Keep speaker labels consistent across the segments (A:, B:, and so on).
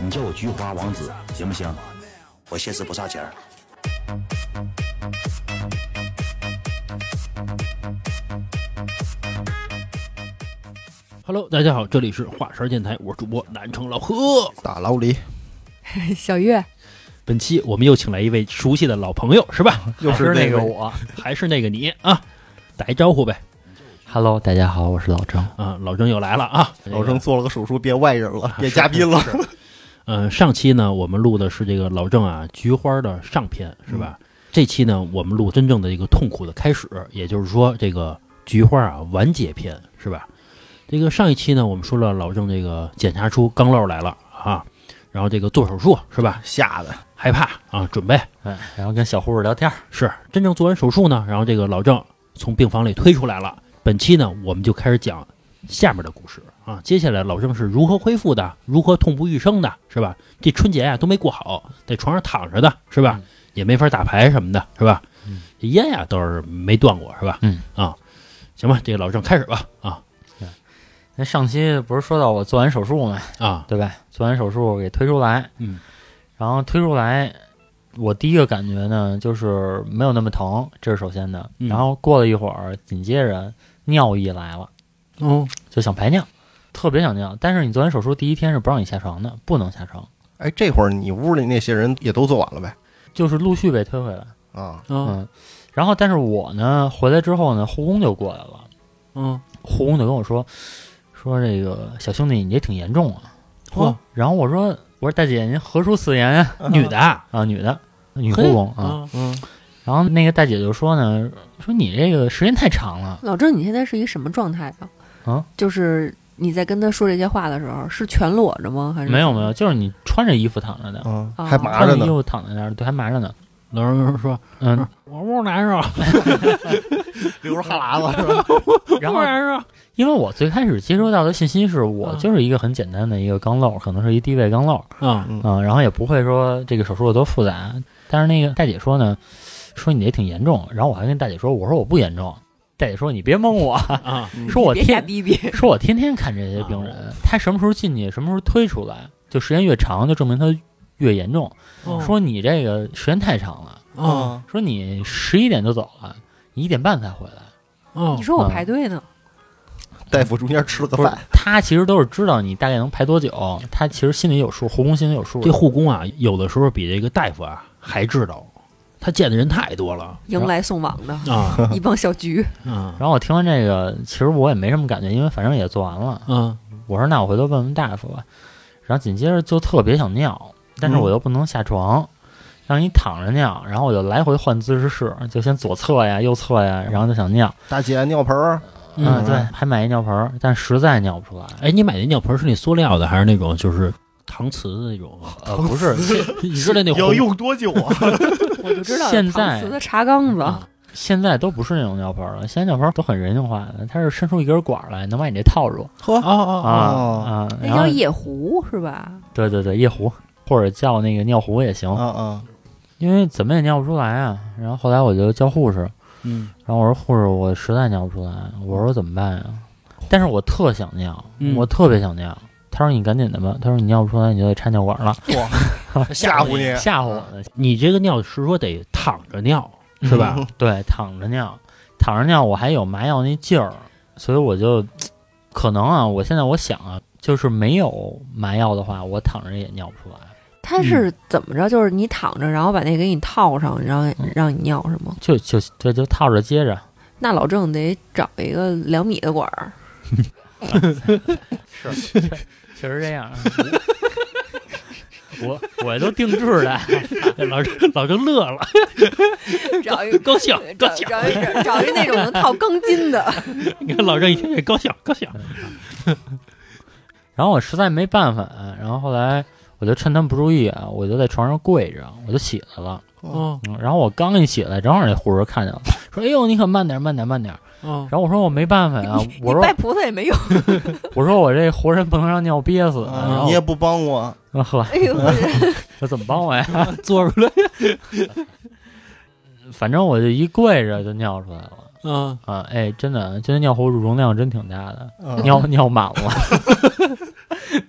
A: 你叫我菊花王子行不行？我现实不差钱儿。
B: Hello，大家好，这里是华山电台，我是主播南城老贺。
C: 打老李，
D: 小月，
B: 本期我们又请来一位熟悉的老朋友，是吧？
C: 又
E: 是
C: 那
E: 那
C: 个
E: 个我。
B: 还是那个你啊？打一招呼呗。
E: Hello，大家好，我是老郑。
B: 啊，老郑又来了啊！
C: 老郑做了个手术，变外人了，变嘉宾了。
B: 呃，上期呢，我们录的是这个老郑啊菊花的上篇，是吧？
E: 嗯
B: 这期呢，我们录真正的一个痛苦的开始，也就是说，这个菊花啊完结篇，是吧？这个上一期呢，我们说了老郑这个检查出肛瘘来了啊，然后这个做手术是吧？
C: 吓的，
B: 害怕啊，准备
E: 哎，然后跟小护士聊天儿，
B: 是真正做完手术呢，然后这个老郑从病房里推出来了。本期呢，我们就开始讲下面的故事啊。接下来老郑是如何恢复的，如何痛不欲生的，是吧？这春节啊呀、都没过好，在床上躺着的，是吧？也没法打牌什么的，是吧？
E: 嗯
B: 这烟呀、倒是没断过，是吧？
E: 嗯
B: 啊，行吧，这个老郑开始吧。啊
E: 那上期不是说到我做完手术嘛，
B: 啊，
E: 对吧？做完手术给推出来，
B: 嗯，
E: 然后推出来，我第一个感觉呢就是没有那么疼，这是首先的。
B: 嗯
E: 然后过了一会儿，紧接着尿意来了，
B: 哦，
E: 就想排尿，特别想尿。但是你做完手术第一天是不让你下床的，不能下床，
C: 哎，这会儿你屋里那些人也都做完了呗？
E: 就是陆续被推回来。
C: 啊，
B: 嗯
E: 嗯，然后但是我呢回来之后呢，护工就过来了。哦
B: 嗯，
E: 护工就跟我说说这个小兄弟你这挺严重啊。
B: 嚯，
E: 然后我说我说大姐您何出此言啊？
B: 女的啊，
E: 啊，女的，女护
B: 嘿
E: 工啊。
B: 啊，
C: 嗯，
E: 然后那个大姐就说呢，说你这个时间太长了，
D: 老郑，你现在是一什么状态啊？
E: 啊，
D: 就是你在跟他说这些话的时候，是全裸着吗？还是
E: 没有没有，就是你穿着衣服躺着的，
C: 嗯，
D: 啊
C: 还嗯麻
E: 穿
C: 着
E: 着
C: 呢。
E: 衣服躺在那儿，对，还麻着呢。
B: 老郑说
E: 嗯，
B: 我屋难受，
C: 流着哈喇子是吧？
E: 然
B: 屋
E: 后
B: 难受，
E: 因为我最开始接收到的信息是我
C: 嗯
B: 啊
E: 就是一个很简单的一个肛瘘，可能是一低位肛瘘，
B: 啊
E: 嗯，然后也不会说这个手术有多复杂。但是那个大姐说呢，说你这挺严重。然后我还跟大姐说，我说我不严重。大姐说你别蒙 我，
B: 啊，
E: 说我
D: 别瞎
E: 天
D: 逼 逼，
E: 说我天天看这些病人，他什么时候进去，什么时候推出来，就时间越长，就证明他越严重。
B: 嗯
E: 说你这个时间太长了，
B: 啊
E: 说你十一点就走了，你一点半才回来。
B: 啊
D: 你，说我
E: 啊
D: 排队呢？
C: 大夫中间吃了个
E: 不是
C: 饭，，
E: 他其实都是知道你大概能排多久，他其实心里有数，护工心里有数的。
B: 这护工啊，有的时候比这个大夫啊还知道，他见的人太多了
D: 迎来送往的
B: 啊
D: 一帮小 菊，
B: 啊
E: 然后我听完这个，其实我也没什么感觉，因为反正也做完了。
B: 啊！
E: 我说那我回头问问大夫吧。然后紧接着就特别想尿，但
B: 嗯
E: 是我又不能下床，让你躺着尿。然后我就来回换姿势试，就先左侧呀、右侧呀，然后就想尿。
C: 大姐尿盆儿，
E: 嗯，
B: 嗯
E: 对，还买一尿盆儿，但实在尿不出来。
B: 哎，你买那尿盆是那塑料的，还是那种就是搪瓷的那种？啊
E: 呃，不是，
B: 你知道那
C: 要
B: 红
C: 用多久啊？
D: 我就知道
E: 现
D: 搪
E: 在
D: 瓷的茶缸子
E: 啊，现在都不是那种尿盆儿了，现在尿盆儿都很人性化的，它是伸出一根管儿来，能把你这套住
B: 哦哦
E: 啊啊。
D: 那
E: 然
D: 叫
E: 后
D: 野狐是吧？
E: 对对对，夜壶或者叫那个尿壶也
B: 哦
E: 行。
C: 啊啊，
E: 因为怎么也尿不出来啊。然后后来我就叫护士，
B: 嗯
E: 然后我说护士，我实在尿不出来，我说怎么办呀？但是我特想尿，
B: 嗯
E: 我特别想尿。他说你赶紧的吧，他说你尿不出来你就得插尿管了，
C: 吓唬你啊
E: 吓唬我呢，
B: 你这个尿是说得躺着尿是 吧？
E: 对，躺着尿，躺着尿我还有麻药那劲儿，所以我就可能啊，我现在我想啊，就是没有麻药的话，我躺着也尿不出来。
D: 它是
E: 嗯
D: 怎么着？就是你躺着，然后把那给你套上，然后
E: 嗯
D: 让你尿是吗？
E: 就就这就套着接着，
D: 那老郑得找一个两米的管 儿，
E: 是，确实这样。啊我我都定制的，
B: 老郑老郑乐了，
D: 找一个
B: 高兴
D: 找
B: 高兴
D: 找一找找一那种能套钢筋的。
B: 你看老郑一听这高兴高兴，
E: 然后我实在没办法，然后后来我就趁他们不注意啊，我就在床上跪着，我就起来了。
B: 哦
E: 嗯，然后我刚一起来，正好那护士看见了，说：“哎呦，你可慢点，慢点，慢点。”
B: 哦
E: 然后我说：“我没办法呀、
D: 你
E: 我
D: 你
E: 说
D: 拜菩萨也 没用。
E: 我说我这活人不能让尿憋死。
C: 啊
E: 然后
C: 你也不帮我，
E: 我呵，
D: 哎呦，
E: 我怎么帮我呀？
B: 坐出来
E: 反正我就一跪着就尿出来了。
B: 啊，
E: 啊，哎，真的，就那尿壶容量真挺大的，
C: 嗯
E: 尿尿满了，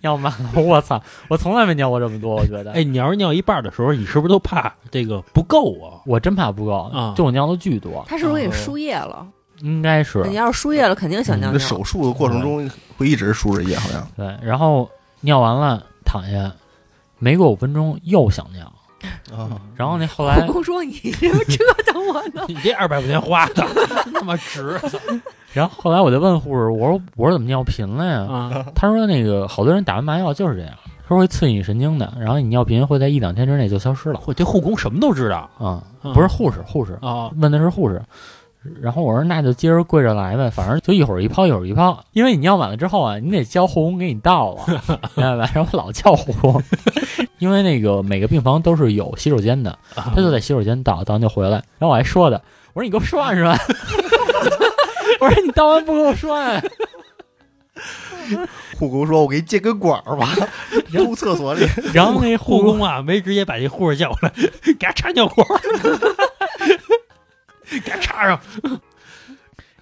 E: 尿满了，我操，我从来没尿过这么多，我觉得，
B: 哎，，你要是尿一半的时候，你是不是都怕这个不够啊？
E: 我真怕不够，
B: 啊？
E: 就我尿的巨多，
D: 他是不是给
C: 哦
D: 输液了？
E: 应该是嗯
D: 你要是输液了，肯定想尿
C: 那
D: 尿。
C: 手术的过程中会一直输着液，好像
E: 对，然后尿完了躺下，没过五分钟又想尿，
C: 啊，
E: 然后那后来
D: 我公 说你这不折腾我呢
B: 你这二百块钱花的 他妈值
E: 然后后来我就问护士，我说我说怎么尿频了呀？
B: 啊！
E: 他说那个好多人打完麻药就是这样，说会刺激你神经的，然后你尿频会在一两天之内就消失了。
B: 我这护工什么都知道
E: 啊、
B: 嗯
E: 不是护士，护士
B: 啊
E: 问的是护士。然后我说那就接着跪着来呗，反正就一会儿一泡一会儿一泡，因为你尿满了之后啊，你得叫护工给你倒 啊，明白吧？然后我老叫护工，因为那个每个病房都是有洗手间的，
B: 啊
E: 他就在洗手间倒，倒完就回来。然后我还说的，我说你给我涮涮， 我说你倒完不给我涮，
C: 护工说：“我给你借根管儿吧，
E: 然
C: 丢厕所里。
E: 然后那护
B: 护
E: 工
B: 工啊，没直接把这护士叫过来， 给他插尿管儿， 给他插上。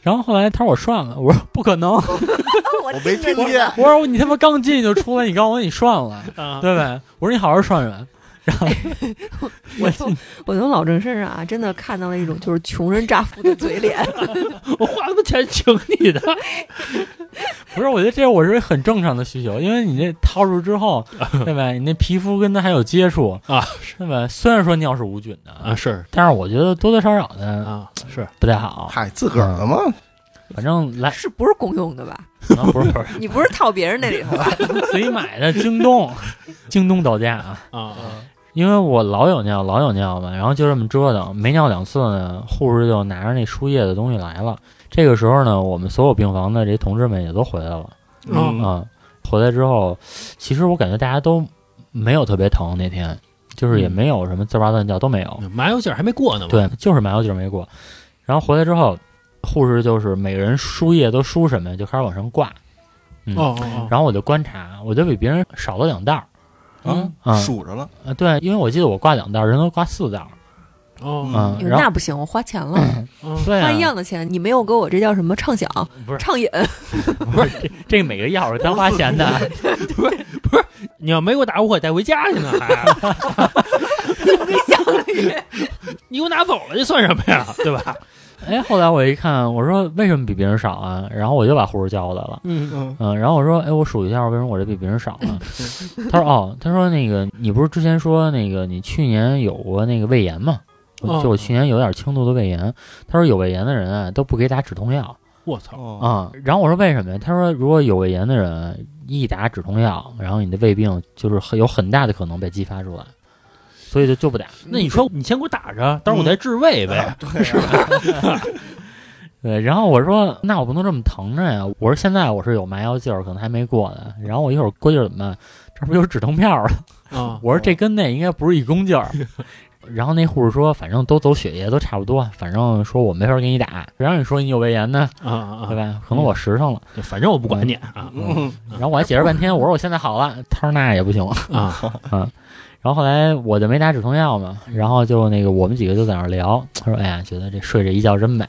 E: 然后后来他说我涮了，我说不可能，我
D: 我
C: 我没听见。
E: 说你他妈刚进去就出来，你告诉我你涮了，
B: 啊
E: 对呗？我说你好好涮涮。然后我进
D: 我从老郑身上啊，真的看到了一种就是穷人乍富的嘴 脸。
B: 我花他妈钱请你的，
E: 不是，我觉得这我是很正常的需求，因为你这掏出之后，对吧？你那皮肤跟它还有接触
B: 啊，
E: 对吧？虽然说尿是无菌的
B: 啊，是
E: 但是我觉得多多少少的
B: 啊是，
E: 不太”好。
C: 嗨，自个儿的嘛，
E: 反正来，
D: 是不是公用的吧？
E: 啊不是不是
D: 你不是套别人那里头吧？
E: 自己买的，京东，京东到家啊。
B: 啊
E: 因为我老有尿，老有尿嘛，然后就这么折腾，没尿两次呢，护士就拿着那输液的东西来了。这个时候呢，我们所有病房的这同志们也都回来了
B: 嗯
E: 啊、回来之后，其实我感觉大家都没有特别疼那天，就是也
B: 嗯
E: 没有什么滋儿哇乱叫都没有，
B: 麻药劲儿还没过呢嘛，
E: 对，就是麻药劲儿没过。然后回来之后，护士就是每个人输液都输什么呀，就开始往上挂。嗯
B: 哦哦
E: 然后我就观察，我就比别人少了两袋儿
B: 嗯
E: 啊、
C: 数着了，
E: 呃对，因为我记得我挂两袋儿，人都挂四袋儿。
B: 哦哦
E: 嗯，
D: 哟
E: 然后
D: 那不行，我花钱了，
B: 哦，
E: 对
D: 花一
E: 啊，
D: 样的钱，你没有给我这叫什么畅想、
E: 不是
D: 畅饮，
E: 不是，这这个每个药是单花钱的，
B: 你要没给我打，我可带回家去呢， 还
D: 我给想了 你。
B: 你给我拿走了，这算什么呀？对吧？
E: 哎，后来我一看，我说为什么比别人少啊？然后我就把护士叫过来了。
B: 嗯
C: 嗯，
E: 嗯，然后我说，哎，我数一下，为什么我这比别人少啊？他说，哦，他说那个，你不是之前说那个你去年有过那个胃炎吗？我就我去年有点轻度的胃炎。他说有胃炎的人啊都不给打止痛药
B: 我操，
C: 哦，
E: 啊、然后我说为什么呀？他说如果有胃炎的人一打止痛药，然后你的胃病就是很有很大的可能被激发出来，所以就就不打。
B: 那你说你先给我打着，到时候我再治胃呗，是吧？
E: 对，然后我说那我不能这么疼着呀，我说现在我是有麻药劲儿，可能还没过呢，然后我一会儿过劲儿怎么办？这不就是止痛片儿了？
B: 啊
E: 我说这跟那应该不是一公劲儿。然后那护士说，反正都走血液都差不多，反正说我没法给你打，谁让你说你有胃炎呢，
B: 啊啊
E: 对！吧？可能我实诚了。
B: 对反正我不管你啊
C: 嗯，
E: 然后我还解释半天，我说我现在好了，他说那也不行。
B: 啊
E: 然后后来我就没打止痛药嘛，然后就那个我们几个就在那儿聊，他说：“哎呀，觉得这睡这一觉真美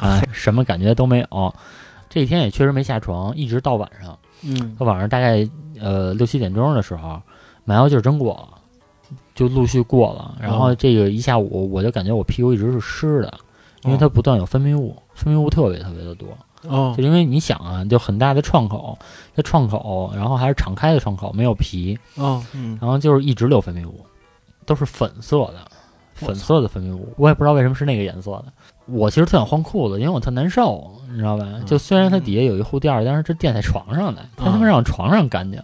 E: 啊，什么感觉都没有。”这一天也确实没下床，一直到晚上，
B: 嗯
E: 到晚上大概呃六七点钟的时候，麻药劲儿真过了，就陆续过了。然后这个一下午我就感觉我屁股一直是湿的，因为它不断有分泌物，分泌物特别特别的多。
B: 哦
E: 就因为你想啊，就很大的创口，这创口，然后还是敞开的创口，没有皮，
B: 哦
C: 嗯
E: 然后就是一直流分泌物，都是粉色的，粉色的分泌物，我也不知道为什么是那个颜色的。我其实特想换裤子，因为我特难受，你知道吧？
C: 嗯
E: 就虽然它底下有一护垫儿，但是这垫在床上的，它他妈
B: 嗯
E: 让床上干净，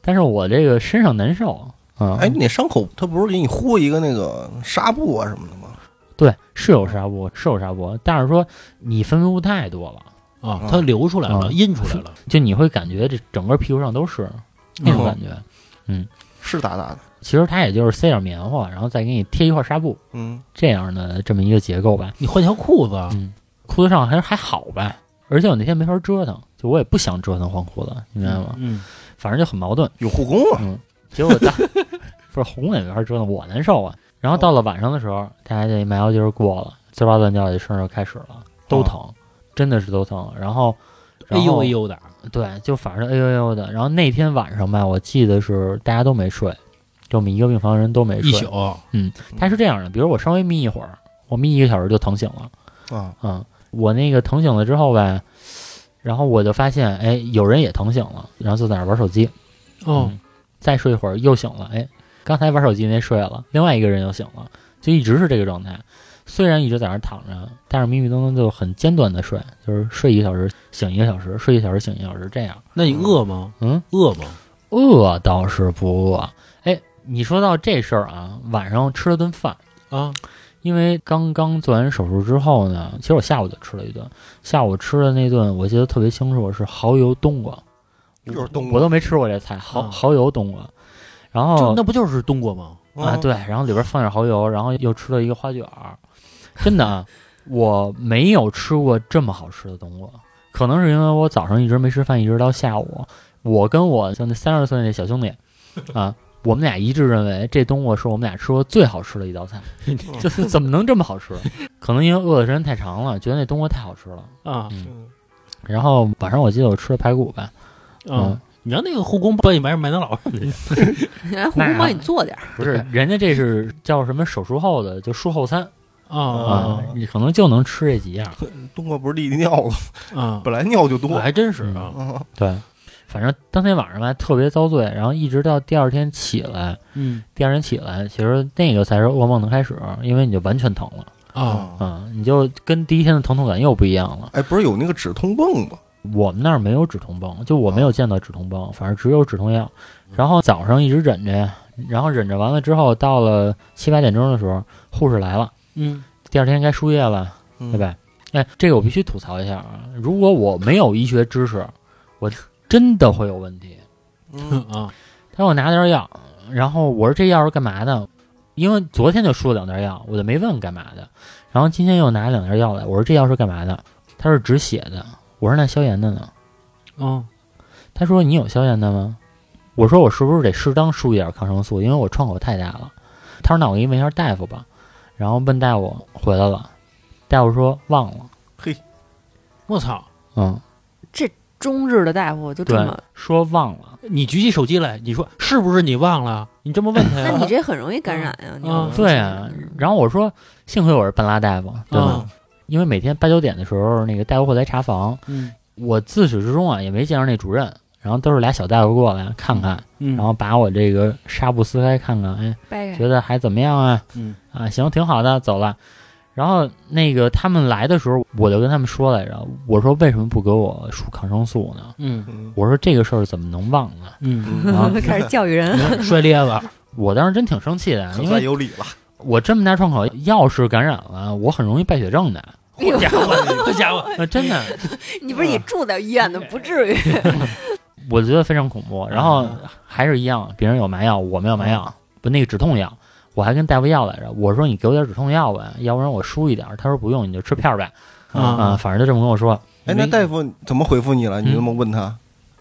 E: 但是我这个身上难受。嗯，
C: 哎，你那伤口他不是给你糊一个那个纱布啊什么的吗？
E: 对，是有纱布，是有纱布，但是说你分泌物太多了，
B: 哦，它流出来了，
E: 嗯
B: 阴出来了，
E: 就你会感觉这整个屁股上都是那
C: 哦
E: 种感觉。
C: 是大大的，
E: 其实它也就是塞点棉花，然后再给你贴一块纱布，
C: 嗯，
E: 这样的这么一个结构吧。
B: 你换条裤子啊
E: 嗯，裤子上还还好吧，而且我那天没法折腾，就我也不想折腾换裤子，你明白吗？
B: 嗯
E: 反正就很矛盾。
C: 有护工啊，
E: 嗯，结果当 不是红也没法折腾，我难受啊。然后到了晚上的时候，大家这麻药劲儿过了，滋哇乱叫的声儿就开始了。
B: 哦
E: 都疼，真的是都疼。然后，
B: 哎
E: 然
B: 呦
E: 后
B: 哎，呦的，
E: 对，就反正哎呦哎呦的。然后那天晚上吧，我记得是大家都没睡，就我们一个病房人都没
B: 一
E: 睡。
B: 宿
E: 他是这样的，比如我稍微眯一会儿，我眯一个小时就疼醒了。
C: 啊，
E: 嗯，我那个疼醒了之后吧，然后我就发现，哎，有人也疼醒了，然后就在那儿玩手机。
B: 哦
E: 嗯，再睡一会儿又醒了，哎，刚才玩手机那睡了，另外一个人又醒了，就一直是这个状态。虽然一直在那儿躺着，但是迷迷瞪瞪就很间断的睡，就是睡一个小时醒一个小时，睡一个小时醒一个小时这样。
B: 那你饿吗？
E: 嗯，
B: 饿吗？
E: 饿倒是不饿。哎，你说到这事儿啊，晚上吃了顿饭，
B: 啊，
E: 因为刚刚做完手术之后呢，其实我下午就吃了一顿，下午吃的那顿我记得特别清楚，是蚝油冬瓜，
C: 就是冬
E: 我
C: 瓜嗯
E: 都没吃过这菜，蚝、
B: 啊
E: 蚝油冬瓜。然
B: 这
E: 后
B: 那不就是冬瓜吗？
E: 啊，对，然后里边放点蚝油，然后又吃了一个花卷儿，真的啊，我没有吃过这么好吃的冬瓜，可能是因为我早上一直没吃饭，一直到下午，我跟我就那三十岁那小兄 弟，啊，我们俩一致认为这冬瓜是我们俩吃过最好吃的一道菜， 就是怎么能这么好吃？可能因为饿的时间太长了，觉得那冬瓜太好吃了。
B: 啊
C: 嗯
E: 然后晚上我记得我吃了排骨吧，嗯
B: 啊！你让那个护工帮你买点麦当劳什么的，
D: 人家哎
E: 啊
D: 胡帮你做点儿，
E: 不是人家这是叫什么手术后的就术后餐啊
B: 啊，
E: 你可能就能吃这几样。
C: 冬瓜不是利尿吗？
B: 啊！
C: 本来尿就多
B: 我，还真是啊，
C: 啊
E: 对，反正当天晚上吧特别遭罪，然后一直到第二天起来，
B: 嗯
E: 第二天起来，其实那个才是噩梦的开始，因为你就完全疼了
B: 啊，
E: 啊、你就跟第一天的疼痛感又不一样了。
C: 嗯哎，不是有那个止痛泵吗？
E: 我们那儿没有止痛泵，就我没有见到止痛泵，反正只有止痛药。然后早上一直忍着呀，然后忍着完了之后，到了七八点钟的时候，护士来了，
B: 嗯
E: 第二天该输液了，
C: 嗯
E: 对吧？哎，这个我必须吐槽一下啊！如果我没有医学知识，我真的会有问题。
C: 嗯
B: 啊
E: 他让我拿点药，然后我说这药是干嘛的？因为昨天就输了两袋药，我就没问干嘛的。然后今天又拿两袋药来，我说这药是干嘛的？他是止血的。我说那消炎的呢？
B: 啊
E: 他说你有消炎的吗？我说我是不是得适当输一点抗生素，因为我创口太大了。他说那我给你问一下大夫吧。然后问大夫回来了，大夫说忘了，
B: 我操！
E: 嗯，
D: 中日的大夫就这
E: 对啊
D: 么，，
E: 说忘了。
B: 你举起手机来，你说是不是你忘了？你这么问他呀？
D: 那你这很容易感染呀，你要
B: 啊
D: 是
E: 对啊，嗯然后我说幸亏我是半拉大夫，对吧？
B: 啊
E: 因为每天八九点的时候，那个大夫会来查房。
B: 嗯
E: 我自始至终啊也没见着那主任，然后都是俩小大夫过来看看，
B: 嗯，
E: 然后把我这个纱布撕开看看，哎，
D: 掰开
E: 觉得还怎么样啊？
B: 嗯
E: 啊，行，挺好的，走了。然后那个他们来的时候，我就跟他们说来着，我说为什么不给我输抗生素呢？
B: 嗯
C: 嗯
E: 我说这个事儿怎么能忘呢？
B: 嗯，
C: 嗯，
E: 啊
D: 开始教育 人，
B: 摔裂了，
E: 我当时真挺生气的，
C: 可
E: 因
C: 算
E: 为
C: 有理 了。
E: 我这么大创口，要是感染了，我很容易败血症的。
D: 哎呦
B: 好家伙， 好家伙，
E: 呃，真的，
D: 你不是也住在医院呢，不至于。
E: 我觉得非常恐怖。然后
B: 嗯
E: 还是一样，别人有麻药，我没有麻药，不那个止痛药，我还跟大夫要来着。我说你给我点止痛药吧，要不然我输一点儿。他说不用，你就吃片儿呗。
B: 啊
E: 啊，反正就这么跟我说。
C: 哎，那
E: 没嗯
C: 大夫怎么回复你了？你这么问他，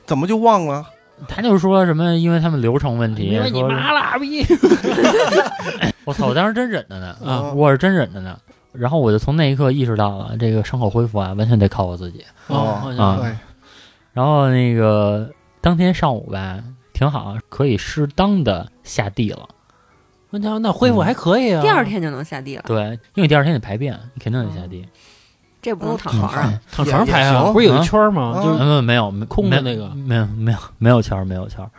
C: 怎么就忘了？
E: 他就说什么，因为他们流程问题
B: 你，说你
E: 说
B: 妈了逼
E: 我操，我当时真忍着呢，
B: 啊
C: 嗯
E: 我是真忍着呢。然后我就从那一刻意识到了，这个伤口恢复啊，完全得靠我自己。
B: 哦
E: 啊
B: 啊
C: 哎，
E: 然后那个当天上午吧，挺好，可以适当的下地了。
B: 那家伙那
E: 嗯
B: 恢复还可以啊。
D: 第二天就能下地了，
E: 对，因为第二天得排便，你肯定得下地。
D: 这不能躺
E: 嗯
D: 床上。
B: 躺床上
C: 也
B: 排
C: 也
B: 啊，
C: 行
B: 不是有
E: 啊
B: 一圈儿吗？
C: 啊
B: 就是
E: 嗯，没有，没
B: 空的那个
E: 没有，没有，没有签儿，没有签儿，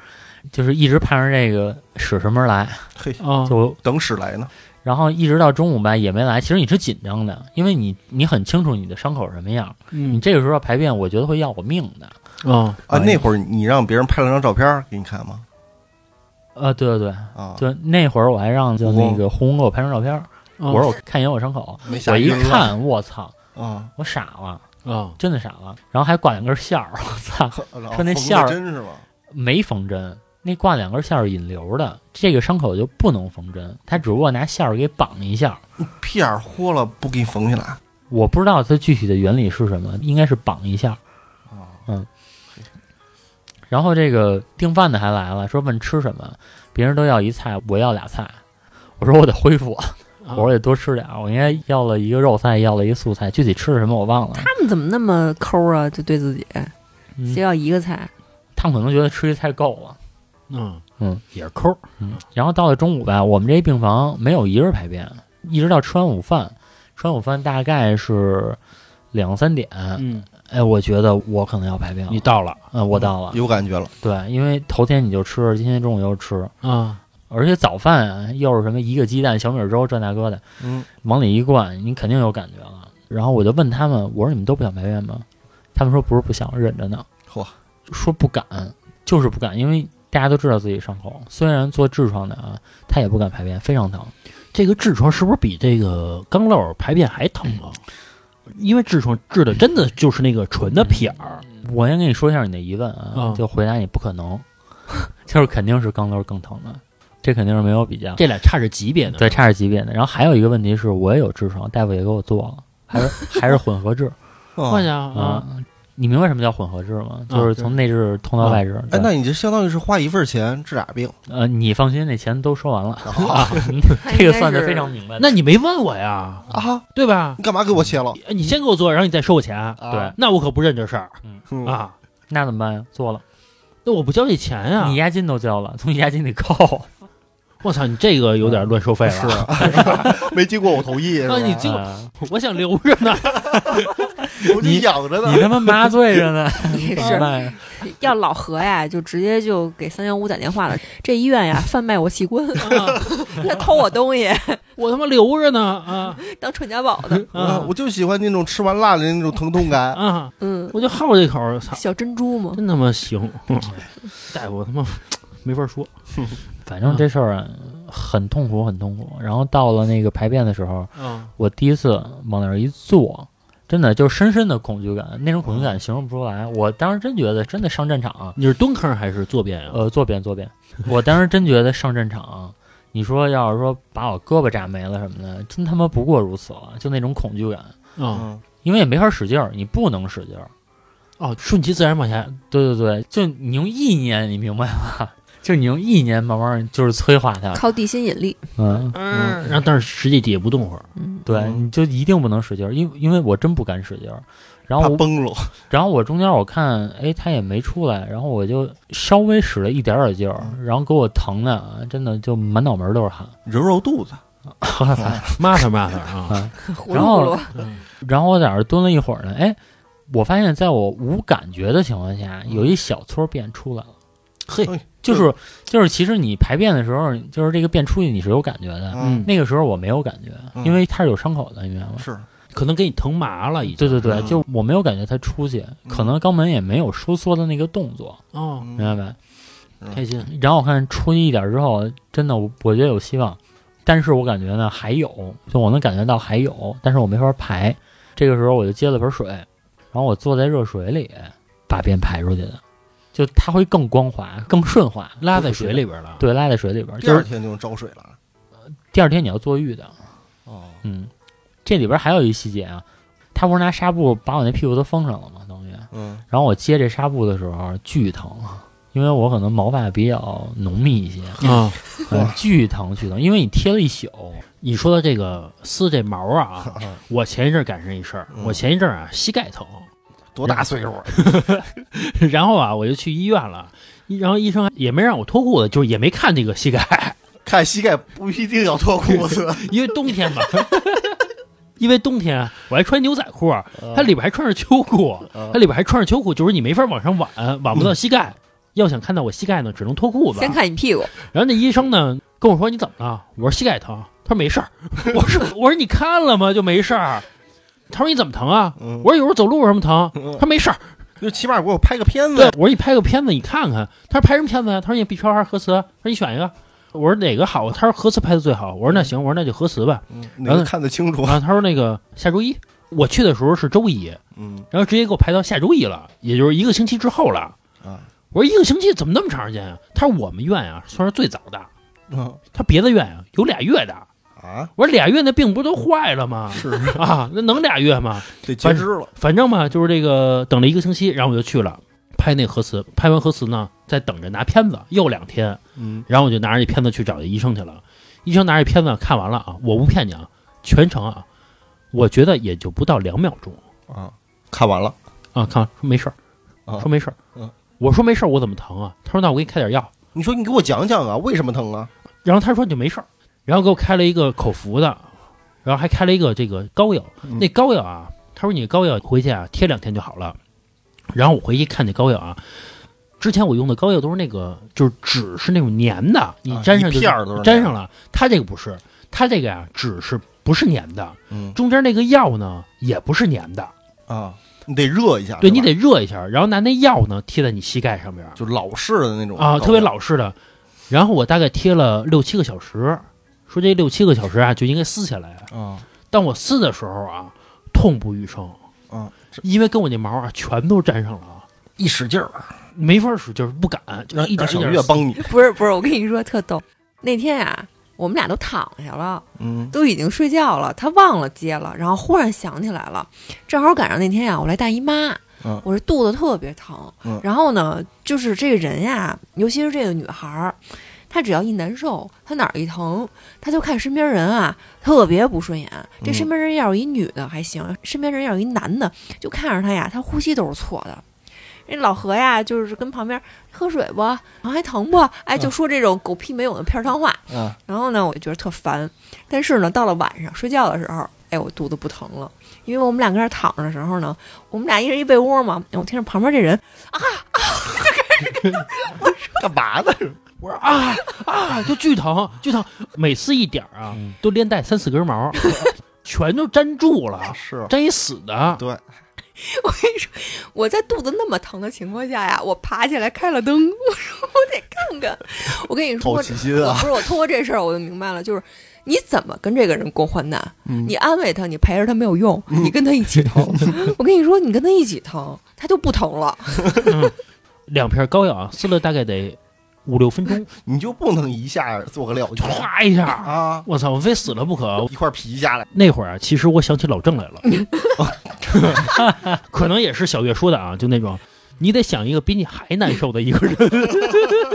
E: 就是一直盼着这个使什么时候来，
C: 嘿，
B: 啊
E: 就
C: 等屎来呢。
E: 然后一直到中午吧也没来。其实你是紧张的，因为你你很清楚你的伤口是什么样，你
B: 嗯
E: 这个时候要排便，我觉得会要我命的。
B: 啊
C: 啊，
E: 哎
C: 那会儿你让别人拍了张照片给你看吗？
E: 呃，对对对，
C: 啊，
E: 就那会儿我还让就那个护工给我拍张照片儿，
B: 啊
E: 我说我看一眼我伤口，
C: 没
E: 我
C: 吓
E: 一
C: 晕了
E: 看，我操，
C: 啊，
E: 我傻了，
B: 啊
E: 真的傻了，然后还挂两根线儿，我操，
C: 说
E: 说那馅儿
C: 真是吗？
E: 没缝针，那挂两根线儿引流的，这个伤口就不能缝针，他只不过拿线儿给绑一下。
C: 屁眼儿豁了不给你缝起来啊
E: 我不知道它具体的原理是什么，应该是绑一下。
C: 啊？
E: 然后这个订饭的还来了，说问吃什么，别人都要一菜，我要俩菜。我说我得恢复，啊我说得多吃点儿，我应该要了一个肉菜，要了一个素菜，具体吃的什么我忘了。
D: 他们怎么那么抠啊？就对自己，
E: 嗯
D: 谁要一个菜，
E: 他们可能觉得吃一菜够了。
B: 嗯
E: 嗯，
B: 也是抠儿，
E: 然后到了中午吧，我们这一病房没有一人排便，一直到吃完午饭，吃完午饭大概是两三点。
B: 嗯，啊
E: 哎，我觉得我可能要排便了。
B: 你到了
E: 嗯，我到了。
C: 有感觉了，
E: 对，因为头天你就吃，今天中午又吃，
B: 啊，
E: 而且早饭啊又是什么一个鸡蛋、小米粥这那个的，
C: 嗯，
E: 往里一灌，你肯定有感觉了。然后我就问他们，我说你们都不想排便吗？他们说不是不想，忍着呢。
C: 嚯，
E: 说不敢，就是不敢，因为大家都知道自己伤口，虽然做痔疮的啊，他也不敢排便，非常疼。
B: 这个痔疮是不是比这个肛瘘排便还疼啊？因为痔疮治的真的就是那个纯的撇儿，
E: 我先跟你说一下你的疑问啊，
B: 嗯
E: 就回答你不可能， 就是肯定是肛瘘更疼的，这肯定是没有比较。
B: 这俩差着级别呢。
E: 对，差点级别的。然后还有一个问题是，我也有痔疮，大夫也给我做了，还是还是混合痔
B: 换
C: 哦
B: 下 啊，
E: 嗯你明白什么叫混合痔吗？就是从内痔通
B: 啊
E: 到外痔。
C: 哎
E: 对，
C: 那你这相当于是花一份钱治俩病，
E: 呃，你放心，那钱都收完了，
C: 啊
E: 这个算的非 常明白的。
B: 那你没问我呀，
C: 啊！
B: 对吧？
C: 你干嘛给我切了？啊
B: 你先给我做，然后你再收我钱，
E: 对，
B: 那我可不认这事儿
C: 嗯，
B: 啊！
E: 那怎么办呀？做了，
B: 那我不交这钱呀
E: 你！押金都交了，从押金里扣。
B: 我操，你这个有点乱收费了。
C: 是，没经过我同意，是吧
B: 那你经
E: 呃
B: 我想留着呢。
C: 我就养着呢
E: 你。他妈麻醉着 呢，
D: 也
E: 怎么
D: 是
E: 办呀？
D: 要老何呀，就直接就给三幺五打电话了。 这医院呀，贩卖我器 官，
B: 啊
D: 他偷我东西
B: 我他妈留着呢啊
D: 当传家宝 的。
C: 啊，
B: 啊
C: 我就喜欢那种吃完辣的那种疼痛感。
B: 啊！
D: 嗯，
B: 我就好这口儿，操，
D: 小珍珠嘛，
B: 真他妈行！ 大夫他妈没法说。
E: 反正这事儿啊很痛苦，很痛苦。然后到了那个排便的时候，
C: 嗯
B: 啊
E: 我第一次往那儿一坐，真的就深深的恐惧感，那种恐惧感形容不出来。我当时真觉得，真的上战场啊，
B: 你是蹲坑还是坐便呀？
E: 呃，坐便坐便，我当时真觉得上战场啊，你说要是说把我胳膊炸没了什么的，真他妈不过如此了，就那种恐惧感，
B: 啊
C: 嗯，
E: 因为也没法使劲儿，你不能使劲儿。
B: 哦，顺其自然往下。
E: 对对对，就你用意念，你明白吗？ 就你用意念慢慢就是催化 它，
D: 靠地心引力。
E: 嗯，
B: 嗯，然后但是实际底下不动会儿。
D: 嗯，
E: 对，
C: 嗯
E: 你就一定不能使劲儿，因为因为我真不敢使劲儿。然
C: 怕
E: 后我
C: 崩了。
E: 然后我中间我看，哎，他也没出来，然后我就稍微使了一点点劲儿，
C: 嗯
E: 然后给我疼的啊，真的就满脑门都是汗。
C: 揉揉肚子，
B: 骂他骂他
C: 嗯
B: 啊！
D: 葫
E: 然
D: 芦
E: 后
D: 葫芦，
E: 然后我在那儿蹲了一会儿呢，哎，我发现在我无感觉的情况下，有一小撮便出来了。
B: 嘿
C: 哎
E: 嗯就是就是，其实你排便的时候，就是这个便出去你是有感觉的。
B: 嗯，
E: 那个时候我没有感觉，
C: 嗯
E: 因为它是有伤口的，你明白吗？
C: 是
B: 可能给你疼麻了已经。
E: 对对对，
C: 嗯
E: 就我没有感觉它出去，可能肛门也没有收缩的那个动作，
B: 哦，
C: 嗯
E: 明白没？
B: 开心。
E: 然后我看出去一点之后，真的我我觉得有希望，但是我感觉呢还有，就我能感觉到还有，但是我没法排。这个时候我就接了盆水，然后我坐在热水里把便排出去的，就它会更光滑、更顺滑，
B: 拉在水里边了。，
E: 对，拉在水里边儿。
C: 第
E: 就
C: 二
E: 是
C: 天就能招水了。
E: 第二天你要坐浴的，
C: 哦，
E: 嗯，这里边还有一细节啊，他不是拿纱布把我那屁股都封上了吗？等于，
C: 嗯，
E: 然后我接这纱布的时候啊巨疼，因为我可能毛发比较浓密一些，
B: 啊，
E: 嗯，巨疼巨疼，因为你贴了一宿。
B: 你说的这个撕这毛啊，我前一阵儿赶上一事儿，
C: 嗯
B: 我前一阵儿啊膝盖疼，
C: 多大岁数啊？
B: 然后啊我就去医院了，然后医生也没让我脱裤子，就是也没看这个膝盖，
C: 看膝盖不一定要脱裤子，
B: 因为冬天嘛， 因为冬天啊嗯我还穿牛仔裤，啊它里边还穿着秋裤，
C: 嗯
B: 它里边还穿着秋裤，就是你没法往上挽，挽不到膝盖。要想看到我膝盖呢，只能脱裤子。
D: 先看你屁股，
B: 然后那医生呢跟我说：“你怎么了？”我说：“膝盖疼。”他说：“没事儿。” 我说：“我说你看了吗？就没事儿。”他说：“你怎么疼啊？”
C: 嗯
B: 我说：“有时候走路有什么疼？”
C: 嗯
B: 他说：“没事儿。
C: 就起码给我拍个片”
B: 对
C: 子，，
B: 我说：“你拍个片子你看看。”他说：“拍什么片子呀？”啊他说：“你 B 超还是核磁？”啊他说：“你选一个。”我说：“哪个好？”他说：“核磁拍的最好。”我说：“那行，我说那就核磁吧。
C: 嗯哪个看得清”楚
B: 然？后他说：“那个下周一。”我去的时候是周一，
C: 嗯
B: 然后直接给我排到下周一了，也就是一个星期之后了。
C: 啊，
B: 我说：“一个星期怎么那么长时间啊？”他说：“我们院啊算是最早的，
C: 嗯
B: 他别的院啊有俩月的。”
C: 啊，
B: 我说俩月那病不都坏了吗？
C: 是
B: 啊，那能俩月吗？
C: 得截肢了。
B: 反正嘛，就是这个等了一个星期，然后我就去了拍那核磁，拍完核磁呢，再等着拿片子，又两天，
C: 嗯
B: 然后我就拿着这片子去找医生去了。医生拿着片子看完了啊，我不骗你啊，全程啊，我觉得也就不到两秒钟
C: 啊，看完了
B: 啊，看完说没事儿，
C: 啊
B: 说。没事儿
C: 嗯，
B: 我说没事儿，我怎么疼啊？他说那我给你开点药，
C: 你说你给我讲讲啊，为什么疼啊？
B: 然后他说你就没事儿，然后给我开了一个口服的，然后还开了一个这个膏药，
C: 嗯
B: 那膏药啊，他说你膏药回去啊贴两天就好了，然后我回去看那膏药啊。之前我用的膏药都是那个，就是纸是那种粘的，你
C: 啊
B: 粘上就
C: 一片儿都是
B: 粘上了。它这个不是，它这个呀、纸是不是粘的？
C: 嗯
B: 中间那个药呢也不是粘的，
C: 啊，你得热一下，
B: 对
C: 是
B: 你
C: 吧
B: 得热一下，然后拿那药呢贴在你膝盖上边儿
C: 就老式的那种
B: 啊，
C: 高
B: 特别
C: 的
B: 老式的。然后我大概贴了六七个小时，说这六七个小时啊就应该撕下来。
C: 啊
B: 但我撕的时候啊，痛不欲生，
C: 啊，这
B: 因为跟我那毛啊全都粘上了啊，
C: 一使劲儿，啊
B: 没法使，就是不敢，就
C: 让
B: 一点
C: 让
B: 一
C: 小
B: 点
C: 月
B: 撕。啊
C: 帮你，
D: 不是不是，我跟你说特逗，那天啊，我们俩都躺下了，
C: 嗯
D: 都已经睡觉了，他忘了接了，然后忽然想起来了，正好赶上那天呀、我来大姨妈，
C: 嗯
D: 我是肚子特别疼，
C: 嗯
D: 然后呢，就是这个人呀、尤其是这个女孩儿，她只要一难受，她哪儿一疼，她就看身边人啊特别不顺眼。这
C: 嗯
D: 身边人要是一女的还行，身边人要是一男的，就看着她呀，她呼吸都是错的。那老何呀，就是跟旁边喝水不，然后还疼不？哎，就说这种狗屁没用的片儿汤话。
C: 啊
D: 然后呢，我就觉得特烦。但是呢，到了晚上睡觉的时候，哎，我肚子不疼了，因为我们俩跟那儿躺着的时候呢，我们俩一人一被窝嘛，我听着旁边这人，
C: 干嘛呢？
B: 我说啊啊，就巨疼巨疼，每撕一点儿啊，
E: 嗯
B: 都连带三四根 毛，全都粘住了，
C: 是啊
B: 粘一死的。
C: 对，
D: 我跟你说，我在肚子那么疼的情况下呀，我爬起来开了灯，我说我得看看。我跟你说，
C: 好奇心
D: 我
C: 啊，
D: 不是我通过这事儿我就明白了，就是你怎么跟这个人共患难，
C: 嗯
B: 嗯
D: 你安慰他，你陪着他没有用，你跟他一起 疼。我跟你说，你跟他一起疼，他就不疼了。
B: 两片膏药啊，撕了大概得五六分钟，
C: 你就不能一下做个了结
B: 咵一下，
C: 啊？
B: 我操，我非死了不可。
C: 一块皮下来，
B: 那会儿啊，其实我想起老郑来了， 可能也是小月说的啊，就那种你得想一个比你还难受的一个人，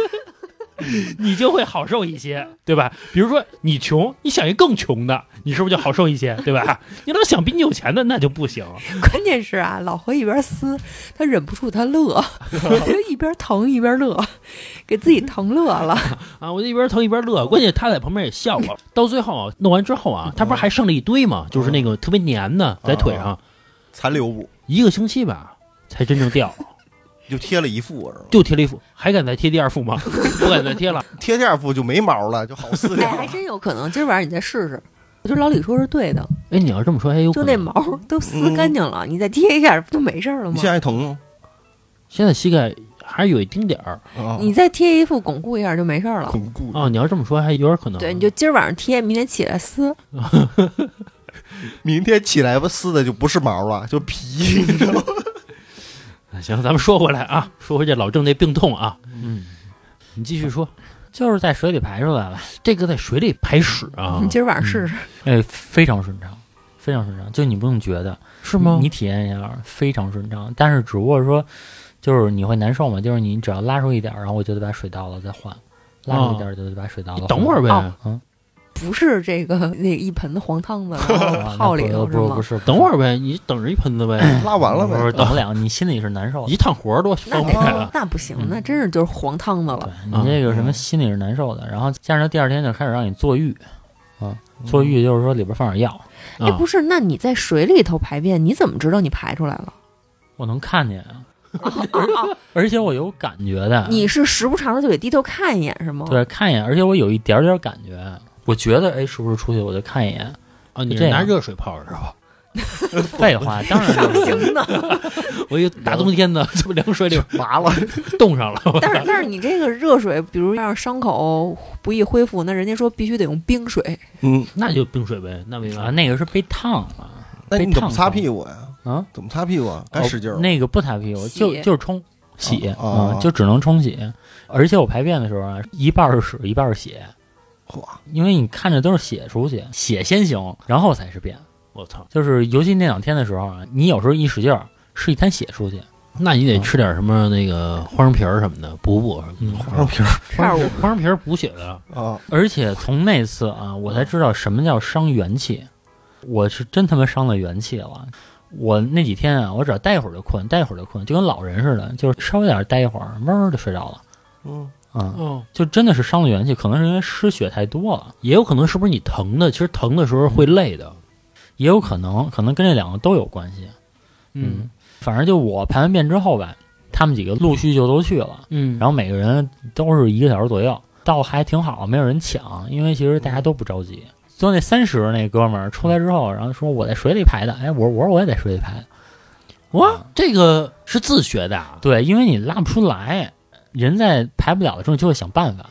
B: 你就会好受一些，对吧？比如说你穷，你想一更穷的，你是不是就好受一些，对吧？ 你老想比你有钱的，那就不行。
D: 关键是啊，老何一边撕，他忍不住他乐， 一边疼一边乐，给自己疼乐 了。
B: 啊，我就一边疼一边乐，关键他在旁边也笑我。到最后啊弄完之后啊，他不是还剩了一堆吗？就是那个特别粘的在腿上，
C: 残留物
B: 一个星期吧才真正掉，
C: 就贴了一副是吧？
B: 就贴了一副，还敢再贴第二副 吗？不敢再贴了。
C: 贴第二副就没毛了，就好撕
D: 哎，
E: 啊
C: 掉
D: 还
C: 了。
D: 真有可能，今儿晚上你再试试。我觉得老李说是对的，
B: 哎，你要这么说还有
D: 就
B: 可
E: 嗯
D: 那
B: 能。
D: 毛都撕干净了，你再贴一下不就没事儿了
C: 你
D: 吗
C: 现？在还疼吗？
B: 现在膝盖还是有一丁点儿
C: 啊，
D: 你再贴一副巩固一下就没事儿了。
C: 恐怖
B: 哦。你要这么说还有点可能。
D: 对，你就今儿晚上贴，明天起来撕。
E: 啊
C: 明天起来吧，撕的就不是毛了，就皮，你知道吗？
B: 行，咱们说回来啊，说回这老郑那病痛啊，
E: 嗯，
B: 你继续说。
E: 就是在水里排出来了，
B: 这个在水里排屎啊
D: 你，今儿晚上试试，
E: 哎，非常顺畅，非常顺畅，就你不用觉得，
B: 是吗？
E: 你体验一下，非常顺畅。但是只不过说，就是你会难受嘛，就是你只要拉出一点儿，然后我就得把水倒了再换，拉出一点儿就得把水倒了、
B: 啊你等会儿呗，
D: 哦
E: 嗯，
D: 不是这个那一盆子黄 汤子，然后
E: 啊，
D: 哦泡里
E: 头
D: 头
E: 不
D: 是
E: 是不
D: 吗？
E: 是，
B: 等会儿呗，你等着一盆子 呗，
C: 拉完了
E: 不是
C: 呗。
E: 等不了，你心里是难受的
B: 一。趟活儿多
D: 那
B: 方便啊。
D: 那不行
E: 嗯，
D: 那真是就是黄汤子
E: 对
D: 了。
C: 啊
E: 你这个什么心里是难受的，然后加上第二天就开始让你坐浴，啊，坐浴就是说里边放点药，
D: 哎，
B: 啊
D: 不是，那你在水里头排便，你怎么知道你排出来了？
E: 我能看见啊，
D: 哦
E: 而且我有感觉的，
D: 你是时不常的就得低头看一眼是吗？，
E: 对看一眼，而且我有一点点感觉，我觉得哎是不是出去我就看一 眼，
B: 啊，你
E: 这
B: 是
E: 样
B: 拿热水泡是吧？
E: 废话，当 然
D: 上
E: 是
D: 行 的。
B: 我一大冬天的，这不凉水里
C: 麻了，
B: 冻上了。
D: 但是但是你这个热水，比如让伤口不易恢复，那人家说必须得用冰水。
C: 嗯，
B: 那就冰水呗，那没
E: 啊，
B: 办法。
E: 那个是被烫了
C: 那
E: 被
C: 你怎么
E: 烫
C: 擦
E: 到
C: 屁股呀？
E: 啊，
C: 怎么擦屁股啊？该使劲儿
E: 哦
C: 了。
E: 那个不擦屁股，就
D: 洗
E: 就是冲洗
C: 哦哦
E: 啊，就只能冲洗。而且我排便的时候啊，一半儿是水，一半儿是血，
C: 嚯，
E: 因为你看着都是血出去，血先行，然后才是便。
B: 我操，
E: 就是尤其那两天的时候啊，你有时候一使劲儿，是一滩血出去，
B: 那你得吃点什么那个花生皮儿什么的补补什么的。
C: 花生皮儿
B: 花
D: 片
B: 生
E: 哦
B: 皮
D: 儿
B: 花生皮儿补血的，
C: 啊，
E: 而且从那次啊，我才知道什么叫伤元气，我是真他妈伤了元气了。我那几天啊，我只要待一会儿就困，待一会儿就困，就跟老人似的，就是稍微点儿待一会儿，哞儿就睡着了。
C: 嗯，
E: 嗯，
B: 哦，
E: 就真的是伤了元气，可能是因为失血太多了，
B: 也有可能是不是你疼的？其实疼的时候会累的。
E: 也有可能可能跟这两个都有关系。嗯，反正就我排完便之后吧，他们几个陆续就都去了，
B: 嗯，
E: 然后每个人都是一个小时左右，倒还挺好，没有人抢，因为其实大家都不着急。最后那三十那哥们儿出来之后，然后说我在水里排的，哎，我我说我也在水里排，嗯
B: 哇，这个是自学的啊，
E: 对，因为你拉不出来，人在排不了的时候就会想办法，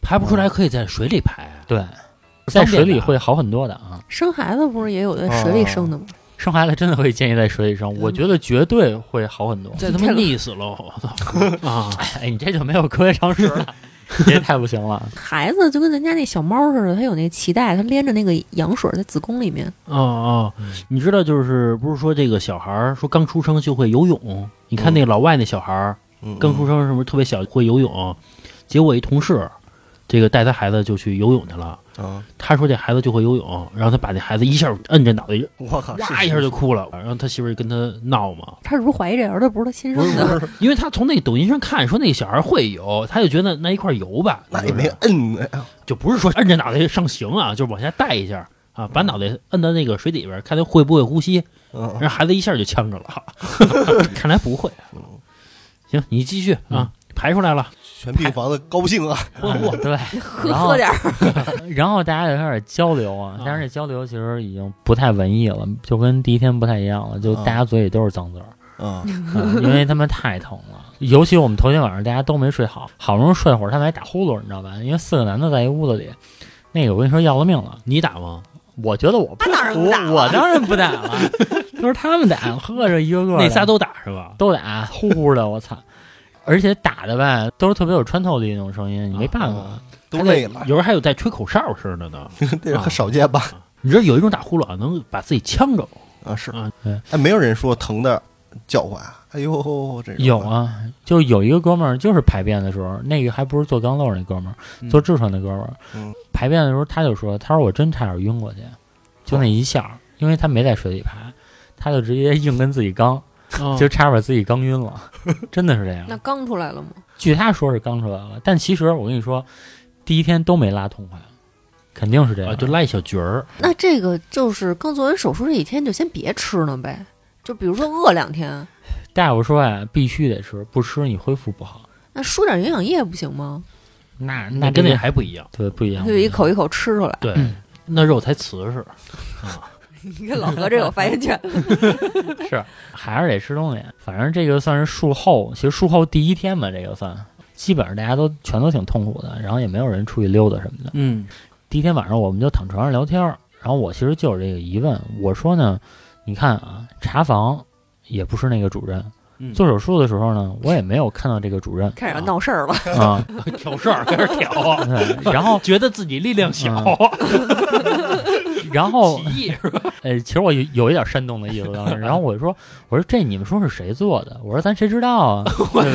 B: 排不出来可以在水里排，
E: 对，在
B: 方便
E: 水里
B: 的
E: 会好很多的啊。
D: 生孩子不是也有
E: 哦
D: 在水里生的吗？
E: 生孩子真的会建议在水里生，我觉得绝对会好很多。
B: 再他妈溺死喽！我操啊！
E: 哎，你这就没有科学常识 了，你这太不行了。
D: 孩子就跟咱家那小猫似的，它有那脐带，它连着那个羊水在子宫里面。
B: 哦哦，你知道就是不是说这个小孩儿说刚出生就会游泳？你
E: 嗯
B: 看那老外那小孩儿
C: 嗯
B: 刚出生是不是特别小会游泳？结果一同事，这个带他孩子就去游泳去了。
C: 啊，
B: 他说这孩子就会游泳，然后他把那孩子一下摁着脑袋，
C: 我靠，是
B: 哇一下就哭了。然后他媳妇儿就跟他闹嘛，
D: 他是不是怀疑这儿子不是他亲生的？
B: 因为他从那抖音上看说那小孩会游，他就觉得那一块儿游吧，
C: 那
B: 就是
C: 也没摁呢，
B: 就不是说摁着脑袋上行啊，就是往下带一下啊，把脑袋摁到那个水底边，看他会不会呼吸。
C: 嗯
B: 让孩子一下就呛着 了，看来不会。行，你继续
E: 嗯
B: 啊，排出来了，
C: 全病房的高兴啊，
B: 嚯嚯，
E: 对，
D: 喝
E: 然后
D: 喝点儿，
E: 然后大家就开始交流啊
B: 啊，
E: 但是这交流其实已经不太文艺了，就跟第一天不太一样了，就大家嘴里都是脏字儿，
C: 嗯
E: 嗯因为他们太疼了。尤其我们头天晚上大家都没睡好，好不容易睡会儿，他们还打呼噜，你知道吧？因为四个男的在一屋子里，那个我跟你说要了命了。
B: 你打吗？
E: 我觉得我不
D: 那当然不打了
E: 我我当然不打 了，都是他们打，喝着一个个的
B: 那仨都打是吧？
E: 都打，呼呼的，我操！而且打的吧，都是特别有穿透力那种声音，你没办法。
C: 啊，都累了，
B: 有人还有带吹口哨声的呢。
C: 这
E: 啊
C: 是很少见吧？
B: 你知道有一种打呼噜啊，能把自己呛着。
C: 啊，是
B: 啊，
C: 哎，没有人说疼的叫唤，哎呦，这种
E: 有，啊，就有一个哥们儿，就是排便的时候，那个还不是做肛瘘儿那哥们儿，
B: 嗯
E: 做痔疮那哥们儿，
C: 嗯
E: 排便的时候他就说，他说我真差点晕过去，
B: 哦
E: 就那一下儿，因为他没在水里排，他就直接硬跟自己刚，就
C: 啊
B: 就
E: 差点把自己刚 晕了，真的是这
D: 那
E: 样。
D: 刚出来了吗？
E: 据他说是刚出来了，但其实我跟你说，第一天都没拉痛快，肯定是这
B: 啊，
E: 样。
B: 就拉一小角儿。
D: 那这个就是刚做完手术这几天就先别吃了呗，就比如说饿两天，
E: 大夫说呀、必须得吃，不吃你恢复不好。
D: 那输点营养液不行吗？
E: 那
B: 那
E: 那
B: 跟
E: 这
B: 那
E: 个
B: 还不一样。
E: 对不一样，
D: 就一口一口吃出来。
B: 对，那肉才瓷实。
D: 你看老何这有发言权，
E: 还是得吃东西。反正这个算是术后，其实术后第一天吧，这个算基本上大家都全都挺痛苦的，然后也没有人出去溜达什么的。
B: 嗯
E: 第一天晚上我们就躺床上聊天儿，然后我其实就有这个疑问，我说呢，你看啊，查房也不是那个主任，
B: 嗯
E: 做手术的时候呢，我也没有看到这个主任
D: 开始要闹事儿了。
E: 啊、
B: 挑事儿开始挑，
E: 对然后
B: 觉得自己力量小，
E: 啊 然后
B: 起义
E: 呃，其实我有有一点煽动的意思当时，然后我就说，我说这你们说是谁做的？我说咱谁知道啊，对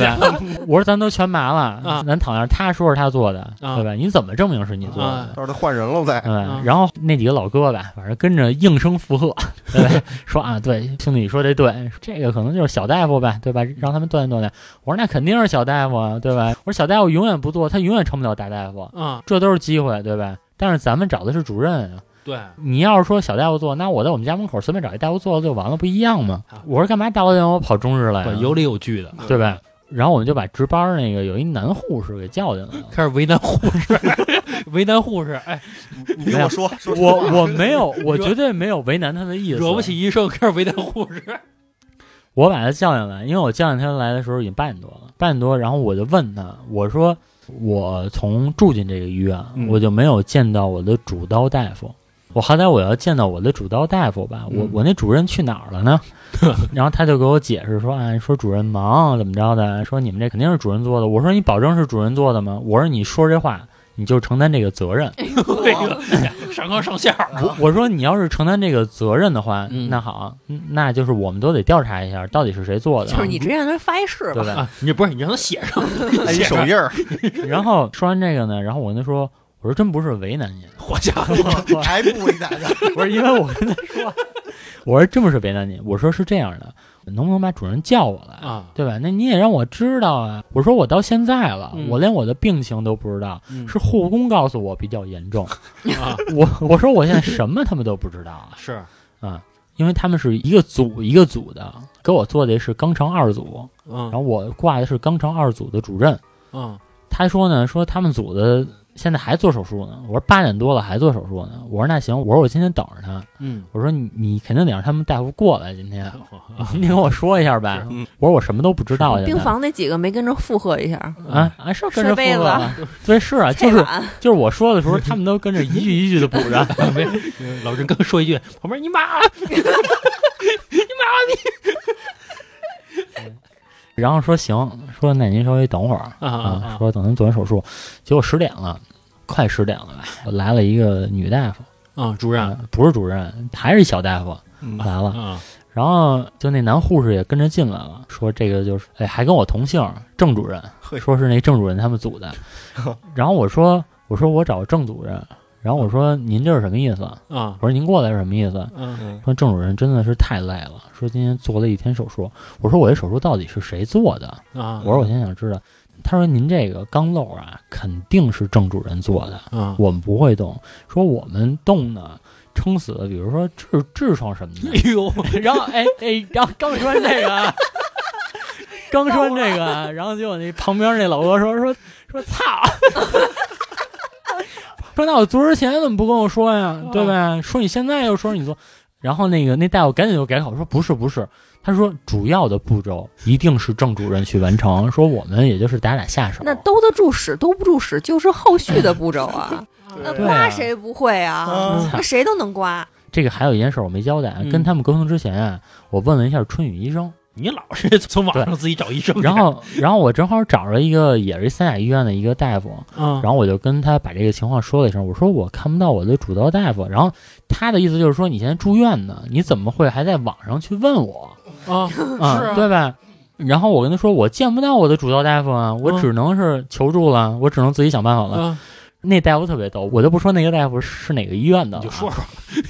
E: 吧？我说咱都全麻
B: 啊
E: 了，咱躺那儿他说是他做的，
B: 啊
E: 对吧？你怎么证明是你做
B: 啊
E: 的？
C: 到时候换人了再，
E: 对吧
B: 啊？
E: 然后那几个老哥吧，反正跟着应声附和， 对吧？说啊，对，兄弟你说的对，这个可能就是小大夫呗，对吧？让他们锻炼锻炼。我说那肯定是小大夫啊，对吧？我说小大夫永远不做，他永远成不了大大夫，
B: 啊！
E: 这都是机会，对吧？但是咱们找的是主任啊，
B: 对，
E: 你要是说小大夫做，那我在我们家门口随便找一大夫做就完了，不一样吗？我是啊干嘛大老远我跑中日来呀、
B: 不有理有据的，。
E: 对吧？然后我们就把值班儿那个有一男护士给叫进来了
B: 开始为难护士， 为难护士，哎，
C: 你跟我说，说实话
E: 我我没 有，我绝对没有为难他的意思，
B: 惹不。起医生，开始为难护 士。
E: 我把他叫进来，因为我叫进他来的时候已经八点多了，八点多，然后我就问他，我说我从住进这个医院，
B: 嗯
E: 我就没有见到我的主刀大夫。我好歹我要见到我的主刀大夫吧，我
B: 嗯
E: 我那主任去哪儿了 呢？然后他就给我解释说，哎，说主任忙怎么着的，说你们这肯定是主任做的。我说你保证是主任做的吗？我说你说这话，你就承担这个责任。
B: 这个 上纲上线儿，
D: 啊
E: 我我说你要是承担这个责任的话，
B: 嗯
E: 那好，嗯那就是我们都得调查一下到底是谁做的，
D: 就是你直接让他发一誓吧
E: 对不，对？
B: 啊你不是你让他写上，写
C: 哎手
B: 上，
C: 印儿，
E: 然后说完这个呢，然后我跟他说，我说真不是为难您，
D: 啊
B: 好家伙，
E: 我
C: 还不理大家。
E: 我是因为我跟他说，我说真不是为难您，我说是这样的，能不能把主任叫我来
B: 啊
E: 对吧？那你也让我知道啊！我说我到现在了，
B: 嗯
E: 我连我的病情都不知道，
B: 嗯
E: 是护工告诉我比较严重。
B: 啊
E: 我我说我现在什么他们都不知道啊
B: 是
E: 啊！因为他们是一个组一个组的，给我做的是肛肠二组，然
B: 嗯
E: 后我挂的是肛肠二组的主任。
B: 嗯
E: 他说呢，说他们组的现在还做手术呢。我说八点多了还做手术呢。我说那行，我说我今天等着他。
B: 嗯，
E: 我说你你肯定得让他们大夫过来，今天
B: 啊
E: 你得跟我说一下吧
B: 是。
C: 嗯
E: 我说我什么都不知道。现
D: 病
E: 在
D: 房那几个没跟着附和一下，
E: 啊啊是跟着
D: 睡
E: 附
D: 被
E: 和
D: 了
E: 啊，对是 啊，就
D: 太
E: 是
D: 晚，
E: 就是我说的时候，他们都跟着一句一句的补 着。
B: 老郑刚说一句，旁边你妈，啊
E: 然后说行，说那您稍微等会儿
B: 啊啊啊
E: 说等您做完手术，结果十点了，快十点了吧，来了一个女大夫，
B: 啊，主任
E: 啊不是主任，还是一小大夫
C: 嗯
E: 来了，
B: 啊
E: 然后就那男护士也跟着进来了，说这个就是，哎，还跟我同姓，郑主任，
C: 嘿
E: 说是那郑主任他们组的，然后我说我说我找郑主任，然后我说您这是什么意思？
B: 啊
E: 我说您过来是什么意思？
B: 嗯
E: 说郑主任真的是太累了，说今天做了一天手术。我说我这手术到底是谁做的？
B: 啊
E: 我说我现在想知道。他说您这个肛瘘啊，肯定是郑主任做的，
B: 啊
E: 我们不会动。说我们动呢，撑死了，比如说痔痔疮什么的。
B: 哎呦，
E: 然后哎哎，然后刚说完这个啊，刚说完这个啊，然后结果那旁边那老哥说说说操， 说那我做之前怎么不跟我说呀？对吧？说你现在又说你做，然后那个那大夫赶紧就改口说不是不是，他说主要的步骤一定是郑主任去完成，说我们也就是打打下手。
D: 那兜得住使兜不住使，就是后续的步骤啊。那
E: 对嗯
D: 刮谁不会啊？
C: 啊
D: 那谁都能刮。
E: 这个还有一件事我没交代，
B: 嗯
E: 跟他们沟通之前啊，我问了一下春雨医生。
B: 你老是从网上自己找医生去，
E: 然后，然后我正好找着一个也是三甲医院的一个大夫，
B: 啊
E: 然后我就跟他把这个情况说了一声，我说我看不到我的主刀大夫。然后他的意思就是说，你现在住院呢，你怎么会还在网上去问我
B: 啊
E: 啊？
B: 是啊
E: 对吧？然后我跟他说，我见不到我的主刀大夫啊，我
B: 嗯
E: 只能是求助了，我只能自己想办法了。
B: 啊，
E: 那大夫特别逗，我就不说那个大夫是哪个医院的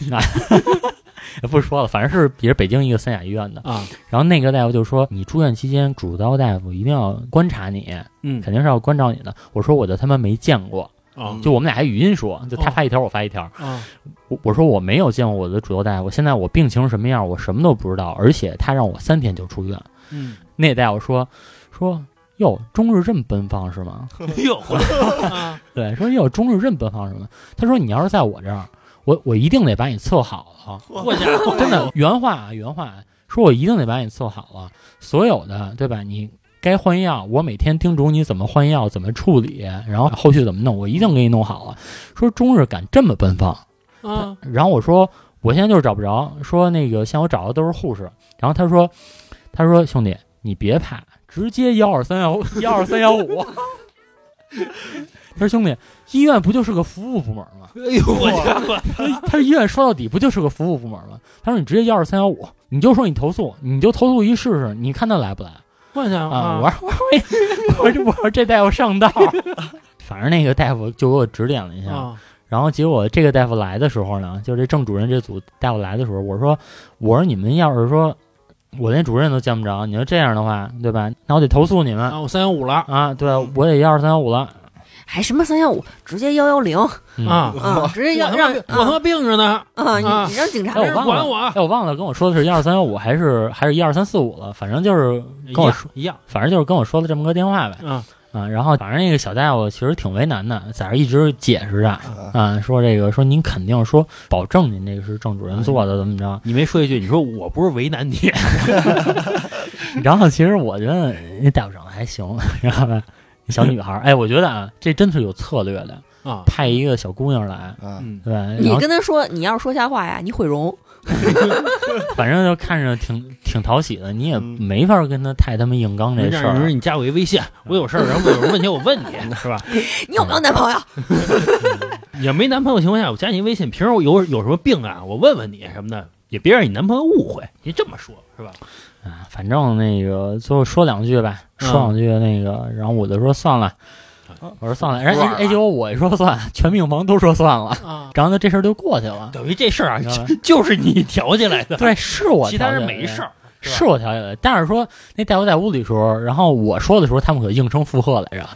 B: 你
E: 了啊，
B: 就说说
E: 不说了，反正是也是北京一个三甲医院的。
B: 啊，
E: 然后那个大夫就说，你住院期间，主刀大夫一定要观察你，
B: 嗯
E: 肯定是要关照你的。我说我的他妈没见过，
B: 啊
E: 就我们俩还语音说，就他发一条，我发一条。
B: 啊
E: 我我说我没有见过我的主刀大夫，现在我病情是什么样，我什么都不知道，而且他让我三天就出院。
B: 嗯，
E: 那大夫说说哟，中日这么奔放是吗？
B: 哎呦，啊
E: 对，说哟，中日这么奔放是吗？他说你要是在我这儿，我我一定得把你伺候好
B: 我家伙
E: 了，真的原话啊原话啊，说我一定得把你伺候好了，所有的对吧？你该换药，我每天叮嘱你怎么换药，怎么处理，然后后续怎么弄，我一定给你弄好了。啊说中日敢这么奔放。
B: 啊
E: 然后我说我现在就是找不着，说那个像我找的都是护士。然后他说他说兄弟你别怕，直接幺二三 幺幺二三幺五。他说兄弟，医院不就是个服务部门吗？
B: 哎呦，我家伙
E: 他说他说医院说到底不就是个服务部门吗？他说你直接幺二三幺五，你就说你投诉，你就投诉一试试，你看他来不来
B: 我家伙
E: 啊？我说我说我说我说这大夫上道。 反正那个大夫就给我指点了一下，
B: 啊
E: 然后结果这个大夫来的时候呢，就是这郑主任这组大夫来的时候，我说我说你们要是说我连主任都见不着，你要这样的话，对吧？那我得投诉你们
B: 啊，我三幺五了
E: 啊！对，我得幺二三幺五了
D: 还什么三幺五，直接幺幺零
E: 嗯
B: 啊。
D: 啊，直接
B: 我
D: 要
B: 他
D: 让
B: 妈我他妈病着呢，
D: 啊，
B: 啊
D: 你你让警察
E: 哎，我
D: 让
E: 忘
B: 管我
E: 了，哎，我忘了跟我说的是幺二三幺五还是还是一二三四五了，反正就是
B: 一
E: 跟我
B: 样
E: 说，
B: 一样
E: 反正就是跟我说了这么个电话呗
B: 啊
E: 啊。然后反正那个小大夫其实挺为难的，在这儿一直解释着啊，说这个说您肯定说保证您这个是郑主任做的，怎么着？
B: 你没说一句，你说我不是为难你，
E: 然后其实我觉得那大夫长得还行，然后吧，小女孩儿，哎，我觉得啊，这真是有策略的。
B: 啊，
E: 派一个小姑娘来，
C: 啊，
B: 嗯，
E: 对吧，
D: 你
E: 然后
D: 跟他说，你要是说瞎话呀，你毁容。
E: 反正就看着挺挺讨喜的，你也
C: 嗯
E: 没法跟他太他妈硬刚这
B: 没
E: 事
B: 事儿，有
E: 儿啊
B: 啊
E: 了
B: 人。你加我一微信，我有事儿，然后有问题我问你，是吧？
D: 你有没
E: 嗯
D: 有男朋友？
B: 也没男朋友情况下，我加你微信，平时我有有什么病啊，我问问你什么的，也别让你男朋友误会。你这么说，是吧？
E: 啊，反正那个最后说两句吧，
B: 嗯
E: 说两句那个，然后我就说算了，我说算了，然后哎哎结果我一说算，全病房都说算了，
B: 啊，
E: 然后呢这事儿就过去了。
B: 等于这事儿啊，
E: 明白
B: 就 就是你挑起来的，
E: 对，是我
B: 其他
E: 调
B: 人
E: 解
B: 没
E: 的
B: 事儿。是吧
E: 是我调解的，但是说那大夫在屋里的时候，然后我说的时候，他们可应声附和 来着，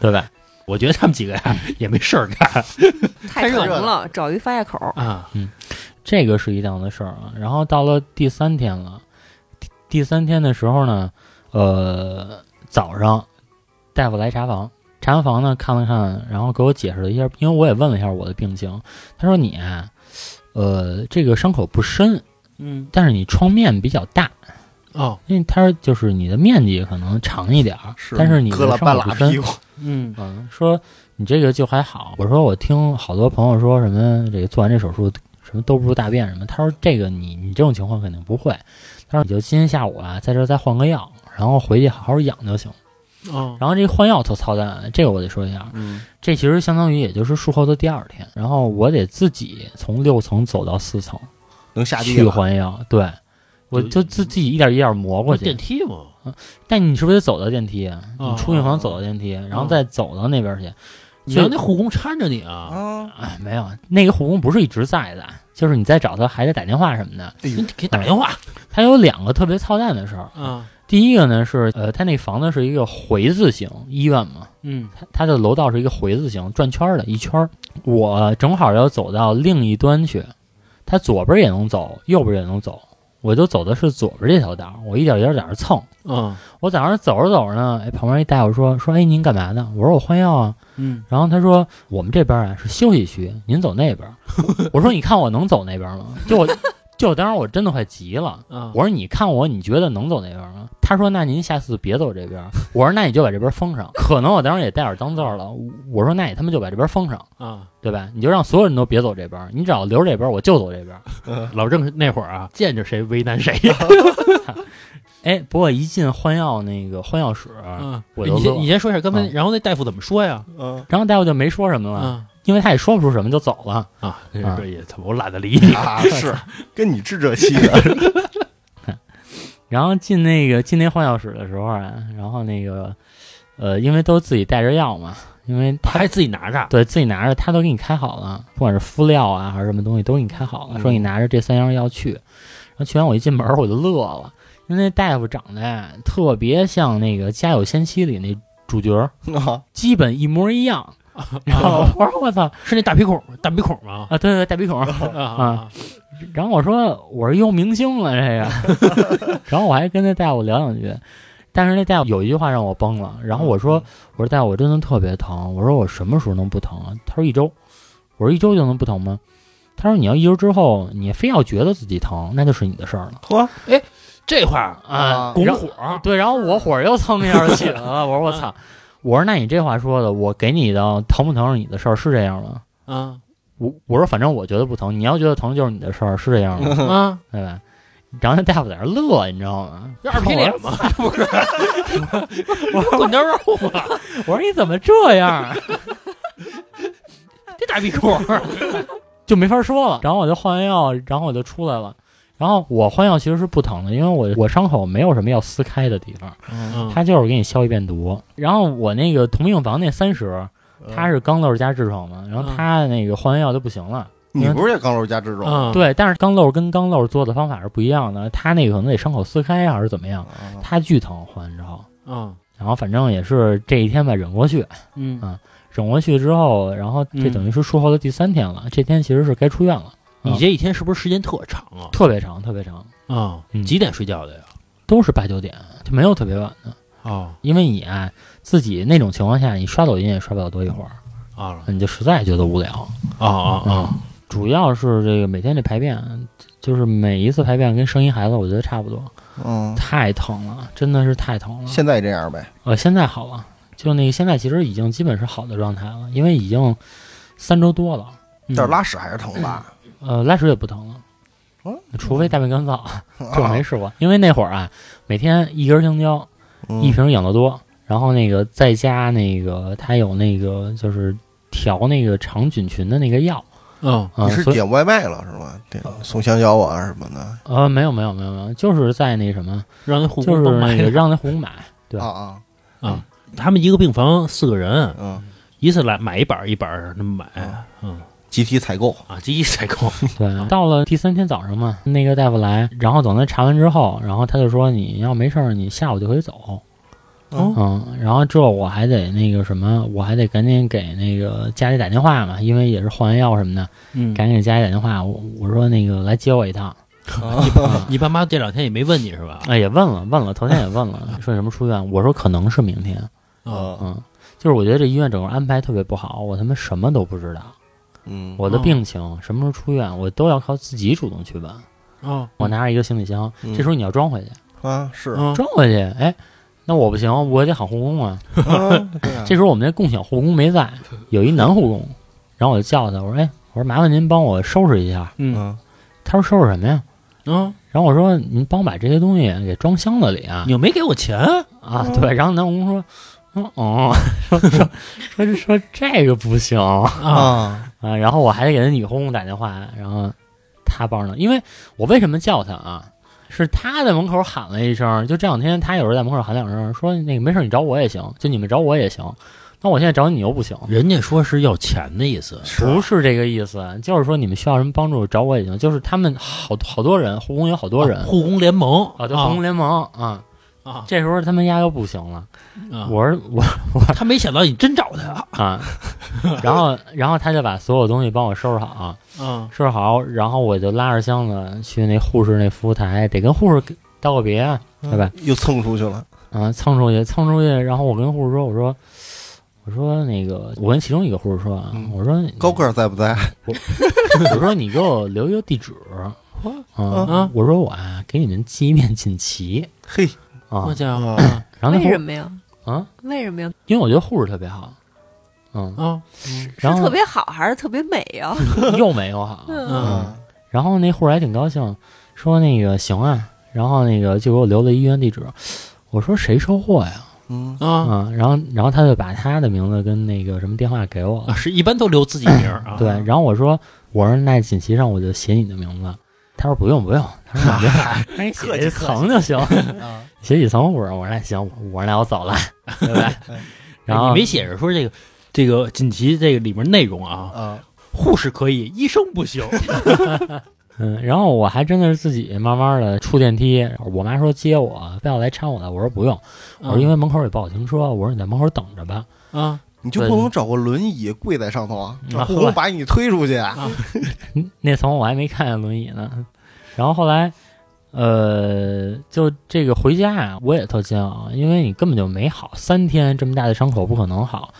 E: 对吧？
B: 我觉得他们几个呀也没事儿干
D: 太
B: 热
D: 疼
B: 闹
D: 了，找一发泄口。
B: 啊。
E: 这个是一档子事儿啊。然后到了第三天了，第第三天的时候呢，呃，早上大夫来查房，查完房呢看了看，然后给我解释了一下，因为我也问了一下我的病情，他说你啊，呃，这个伤口不深，
B: 嗯，
E: 但是你创面比较大。
B: 哦，
E: 因为他说就是你的面积可能长一点儿，但是你的
C: 割了
E: 伤口
C: 半
E: 不
C: 拉
E: 深
C: 屁股，
B: 嗯
E: 嗯，说你这个就还好。我说我听好多朋友说什么，这个做完这手术什么兜不住大便什么。他说这个你你这种情况肯定不会。他说你就今天下午啊，在这儿再换个药，然后回去好好养就行。
B: 哦，
E: 然后这换药特操蛋，这个我得说一下，
C: 嗯，
E: 这其实相当于也就是术后的第二天。然后我得自己从六层走到四层
C: 能下地
E: 去
C: 了。
E: 换药，对。我就自自己一点一点磨过
B: 电
E: 去，
B: 梯嘛，
E: 但你是不是得走到电梯啊？
B: 哦
E: 你出病房走到电梯，然后再走到那边去。
B: 你
E: 所以
B: 让那护工搀着你啊，
C: 啊，
E: 哎，没有，那个护工不是一直在的，就是你再找他还得打电话什么的。
B: 你给打电话
E: 他有两个特别操蛋的事儿。
B: 啊，
E: 第一个呢是，呃，他那房子是一个回字形医院嘛，
B: 嗯
E: 他他的楼道是一个回字形，转圈儿的一圈儿。我正好要走到另一端去，他左边也能走，右边也能走，我就走的是左边这条道儿，我一点一点在那蹭。
B: 啊
E: 我早上走着走着呢，哎，旁边一大夫说说，哎，您干嘛呢？我说我换药啊。
B: 嗯
E: 然后他说：“我们这边啊是休息区，您走那边。”我说：“你看我能走那边吗？”就我，就当时我真的快急了。
B: 啊，
E: 我说：“你看我，你觉得能走那边吗？”他说：“那您下次别走这边。”我说：“那你就把这边封上。”可能我当时也带点脏字儿了。我说：“那你他妈就把这边封上，
B: 啊，
E: 对吧？你就让所有人都别走这边，你只要留这边，我就走这边。”
B: 老郑那会儿啊，见着谁为难谁
E: 哎，不过一进换药那个换药室，
B: 啊。
E: 我就
B: 你先
E: 乐
B: 你先说一下刚才，
E: 嗯
B: 然后那大夫怎么说呀？
C: 嗯，
E: 然后大夫就没说什么了，
B: 啊
E: 因为他也说不出什么，就走了。
B: 啊，
E: 啊
B: 这也我懒得理你
C: 啊，是 跟你治这气的，
E: 然后进那个进那换药室的时候啊，然后那个呃，因为都自己带着药嘛，因为他
B: 还自己拿着。
E: 对自己拿着，他都给你开好了，不管是敷料啊还是什么东西，都给你开好了，说你拿着这三样药去。然后去完我一进门我就乐了，因为那大夫长得呀特别像那个《家有仙妻》里那主角儿，
C: 啊
E: 基本一模一样。然后我说我操
B: 是那大鼻孔大鼻孔吗？
E: 啊，对对，大鼻孔。
B: 啊啊
E: 然后我说我是用明星了这个，然后我还跟那大夫聊两句，但是那大夫有一句话让我崩了，然后我说我说大夫我真的特别疼，我说我什么时候能不疼啊？他说一周，我说一周就能不疼吗？他说你要一周之后你非要觉得自己疼，那就是你的事儿了。
C: 呵，
B: 这话
E: 啊
B: 拱
E: 然后
B: 火
E: 对，然后我火又蹭一下就起来了，我说我操，我说那你这话说的，我给你的疼不疼是你的事儿，是这样吗？
B: 啊
E: 我我说反正我觉得不疼，你要觉得疼就是你的事儿，是这样吗？
B: 啊，
E: 对吧？嗯然后那大夫在那儿乐，你知道吗？
B: 这二皮脸吗？不是， 我滚刀肉吗？
E: 我说你怎么这样？啊
B: 这大鼻孔，
E: 就没法说了。然后我就换完药，然后我就出来了。然后我换药其实是不疼的，因为我我伤口没有什么要撕开的地方，
B: 嗯
E: 它就是给你消一遍毒。然后我那个同病房那三十，
C: 嗯
E: 他是肛瘘加痔疮嘛，然后
B: 嗯
E: 他那个换完药就不行了。
C: 你不是也刚柔加这种？
B: 啊，
E: 对，但是肛瘘跟肛瘘做的方法是不一样的，他那个可能得伤口撕开还是怎么样，
C: 啊
E: 他巨疼换完之后。
B: 啊，
E: 然后反正也是这一天吧，忍过去，
B: 嗯
E: 忍过去之后，然后这
B: 嗯
E: 等于是术后的第三天了，这天其实是该出院了，
B: 你这一天是不是时间特长啊？
E: 特别长，特别长。
B: 啊，
E: 嗯
B: 几点睡觉的呀？
E: 都是八九点，就没有特别晚的。
B: 哦
E: 因为你啊，自己那种情况下，你刷抖音也刷不了多一会儿，
B: 啊
E: 你就实在觉得无聊。嗯
B: 啊啊
E: 主要是这个每天这排便，就是每一次排便跟生一孩子，我觉得差不多，
C: 嗯，
E: 太疼了，真的是太疼了。
C: 现在这样呗，
E: 呃，现在好了，就那个现在其实已经基本是好的状态了，因为已经三周多了，
B: 嗯
C: 但是拉屎还是疼吧？
E: 呃，拉屎也不疼了
C: 哦，
E: 除非大便干燥， 这我
C: 啊
E: 没试过。因为那会儿啊，每天一根香蕉，
C: 嗯
E: 一瓶养乐多，然后那个再加那个它有那个就是调那个肠菌群的那个药
B: 嗯
E: 啊，
C: 你是
E: 所以
C: 点外卖了是吧？点送香蕉啊什么的
E: 呃没有没有没有没有，就是在那什么，
B: 让那护
E: 就
B: 工
E: 是
B: 都买
E: 那个
B: 了。
E: 让那护 工买，对
C: 啊啊
B: 他们一个病房四个人，
C: 嗯，
B: 一次来买一板儿一板儿那么买，嗯
C: 集体采购
B: 啊，这一采购，
C: 啊
E: 对，到了第三天早上嘛，那个大夫来，然后等他查完之后，然后他就说你要没事儿，你下午就可以走。
B: 哦
E: 嗯，然后这我还得那个什么，我还得赶紧给那个家里打电话嘛，因为也是换完药什么的，
B: 嗯，
E: 赶紧给家里打电话。我我说那个来接我一趟，
B: 你爸妈这两天也没问你是吧？
E: 哎也问了问了，头天也问 了，说你什么出院？我说可能是明天。
B: 啊，
C: 啊
E: 嗯，就是我觉得这医院整个安排特别不好，我他妈什么都不知道，
C: 嗯，
E: 我的
B: 哦
E: 病情、什么时候出院，我都要靠自己主动去问。
B: 哦，
E: 我拿着一个行李箱，
C: 嗯
E: 这时候你要装回去。
C: 啊是啊
B: 嗯
E: 装回去，哎，那我不行，我得喊护工啊。
C: 对啊
E: 这时候我们那共享护工没在，有一男护工，然后我就叫他，我说，哎，我说麻烦您帮我收拾一下。
B: 嗯
C: 嗯
E: 他说收拾什么呀？
B: 嗯，
E: 然后我说您帮我把这些东西给装箱子里啊
B: 你又没给我钱，
E: 啊，对。然后男护工说，嗯哦， 说说说说这个不行啊。
C: 啊
E: 然后我还得给那女护工打电话，然后她帮着，因为我为什么叫他啊？是他在门口喊了一声，就这两天他有时候在门口喊两声，说那个没事，你找我也行，就你们找我也行。那我现在找你又不行，
B: 人家说是要钱的意思，
C: 是啊
E: 不是这个意思，就是说你们需要什么帮助找我也行。就是他们好好多人，护工有好多人
B: 啊护工联盟
E: 啊，对，护工联盟啊，
B: 啊
E: 这时候他们丫又不行了，
B: 啊，
E: 我说我
B: 他没想到你真找他
E: 啊，然后然后他就把所有东西帮我收拾好、
B: 啊，
E: 收拾好，然后我就拉着箱子去那护士那服务台，得跟护士道个别啊，对吧？
C: 又蹭出去了
E: 啊，蹭出去，蹭出去。然后我跟护士说，我说，我说那个，我跟其中一个护士 说啊，
C: 嗯
E: 我说
C: 高个儿在不在？
E: 我说你给我留一个地址，啊
B: 啊，
E: 我说我啊给你们寄一面锦旗
C: 嘿
E: 啊
B: 我，家伙
E: 然后
D: 为
E: 那护
D: 什
E: 士
D: 么呀？
E: 啊，
D: 为什么呀？
E: 因为我觉得护士特别好，嗯，
B: 啊，
D: 是
E: 然后
D: 特别好还是特别美呀？
E: 又没有好，
B: 嗯
C: 啊
E: 然后那护士还挺高兴，说那个行啊，然后那个就给我留了医院地址，我说谁收货呀？
C: 嗯
B: 啊
E: 啊，然后然后他就把他的名字跟那个什么电话给我
B: 啊，，
E: 了
B: 是一般都留自己名儿啊，
E: 对，然后我说我说那锦旗上我就写你的名字，他说不用不用，他说你就那你
B: 哎
E: 写一层就行，
C: 啊
E: 写几层我说我说那行，我说那我 走了，对吧
C: 哎？
E: 然后
B: 你没写着说这个这个锦旗这个里面内容啊，
C: 啊
B: 护士可以，医生不 行
E: 嗯，然后我还真的是自己慢慢的出电梯，我妈说接我，非要来搀我来，我说不用，
B: 哦
E: 我
B: 嗯
E: 说因为门口也不好停车，我说你在门口等着吧。
B: 啊
C: 你就不能找个轮椅跪在上头啊？
E: 嗯
C: 让护工把你推出去啊？
B: 啊
E: 嗯那层我还没看见轮椅呢。然后后来，呃，就这个回家啊，我也特煎熬，因为你根本就没好，三天这么大的伤口不可能好，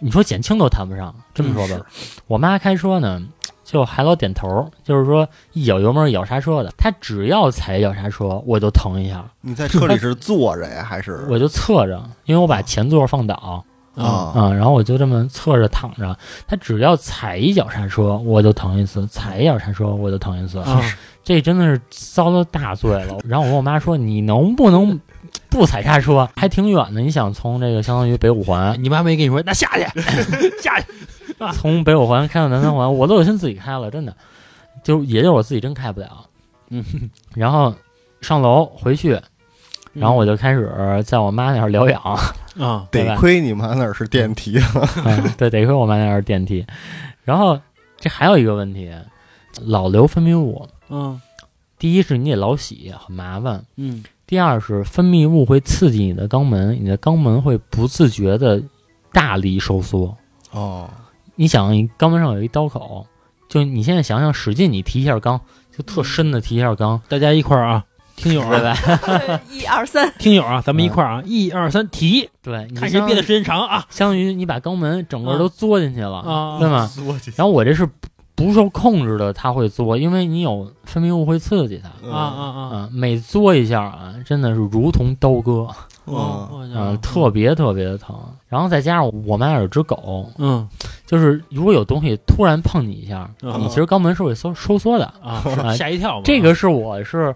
E: 你说减轻都谈不上。这么说
B: 嗯
E: 吧，我妈开车呢，就还老点头，就是说一脚油门一脚刹车的，她只要踩一脚刹车，我就疼一下，
C: 你在车里是坐着呀，还是
E: 我就侧着，因为我把前座放倒
B: 啊
E: 啊、
C: 啊？
E: 然后我就这么侧着躺着，她只要踩一脚刹车，我就疼一次，踩一脚刹车我就疼一次。
B: 啊
E: 这真的是遭到大罪了。然后我跟我妈说：“你能不能不踩刹车？还挺远的，你想从这个相当于北五环，
B: 你妈没跟你说那下去啊 下去
E: 从北五环开到南三环，我都有心自己开了，真的，就也就是我自己真开不了。
B: 嗯，
E: 然后上楼回去，然后我就开始在我妈那儿疗养。
B: 啊
E: 对
C: 得
E: 吧
C: 亏你妈那儿是电梯啊
E: 嗯，对，得亏我妈那儿是电梯。然后这还有一个问题，老留分泌物，
B: 嗯
E: 第一是你得老洗，很麻烦。
B: 嗯
E: 第二是分泌物会刺激你的肛门，你的肛门会不自觉的大力收缩。
C: 哦，
E: 你想，你肛门上有一刀口，就你现在想想，使劲你提一下肛，就特深的提一下肛，
B: 大家一块儿啊，听友
E: 对
B: 啊，
E: 吧？
D: 嗯 一二三，
B: 听友啊，咱们一块儿啊，一二三，提，
E: 对，你
B: 看谁
E: 相
B: 憋的时间长啊
E: 相当于你把肛门整个都嘬进去了，
B: 啊
E: 对吗？
C: 坐进去
E: 然后我这是不不受控制的，它会嘬，因为你有分泌物会刺激它。
B: 啊啊
E: 啊，每嘬一下啊，真的是如同刀割，
B: 啊哦
C: 嗯，
B: 我家
E: 啊，特别特别的疼。然后再加上我们家有只狗，
B: 嗯
E: 就是如果有东西突然碰你一下，
C: 啊
B: 嗯
E: 你其实肛门是会收收缩的。
B: 啊，
E: 啊
B: 是吓一跳嘛。
E: 这个是我是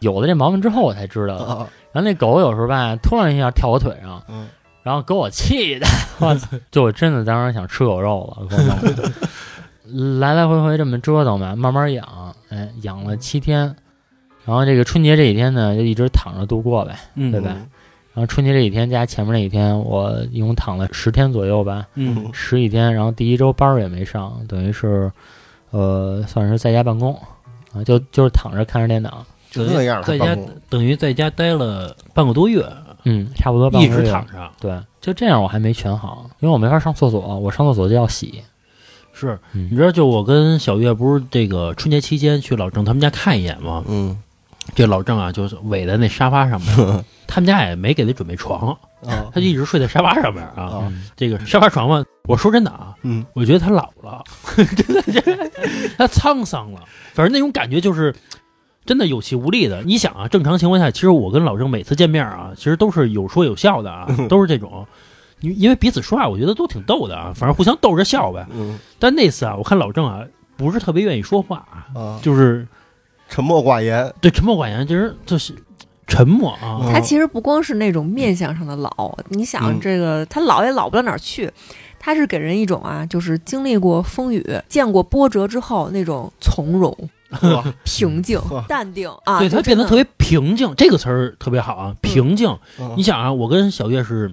E: 有了这毛病之后我才知道的。
C: 啊
E: 然后那狗有时候吧，突然一下跳我腿上，
C: 嗯
E: 然后给我 气的，我操就我真的当时想吃狗肉了，给我弄 的来来回回这么折腾吧，慢慢养，哎，养了七天，然后这个春节这几天呢，就一直躺着度过呗。
B: 嗯
E: 对吧然后春节这几天加前面那几天，我一共躺了十天左右吧，
B: 嗯
E: 十几天。然后第一周班儿也没上，等于是，呃，算是在家办公啊，就就是躺着看着电脑，
B: 就
C: 那样了
B: 在
C: 还
B: 家
C: 办公
B: 等于在家待了半个多月，
E: 嗯，差不多半
B: 一
E: 个
B: 直
E: 月
B: 躺着。
E: 对，就这样我还没全好，因为我没法上厕所，我上厕所就要洗。
B: 是
E: 嗯
B: 你知道，就我跟小月不是这个春节期间去老郑他们家看一眼吗？
C: 嗯
B: 这老郑啊，就是围在那沙发上面，他们家也没给他准备床，
C: 啊
B: 他就一直睡在沙发上面啊。
C: 啊
E: 嗯
B: 这个沙发床嘛，我说真的啊，
C: 嗯，
B: 我觉得他老了， 真的，他 沧桑了。反正那种感觉就是真的有气无力的。你想啊，正常情况下，其实我跟老郑每次见面啊，其实都是有说有笑的啊，都是这种。 因因为彼此说话，我觉得都挺逗的啊，反正互相逗着笑呗。
C: 嗯
B: 但那次啊，我看老郑啊不是特别愿意说话啊，
C: 啊，
B: 就是
C: 沉默 寡言，
B: 对沉默寡言，就是就是沉默啊。
E: 哦
D: 他
C: 嗯
D: 其实不光是那种面相上的老，你想
C: 嗯
D: 这个他老也老不到哪儿去，他是给人一种啊，就是经历过风雨、见过波折之后那种从容、
C: 呵
D: 平
E: 嗯
D: 静
C: 呵、
D: 淡定啊，
B: 对他变得特
D: 别
B: 别平静，这个词儿特别好啊，平静。
C: 嗯
B: 你想啊，我跟小月是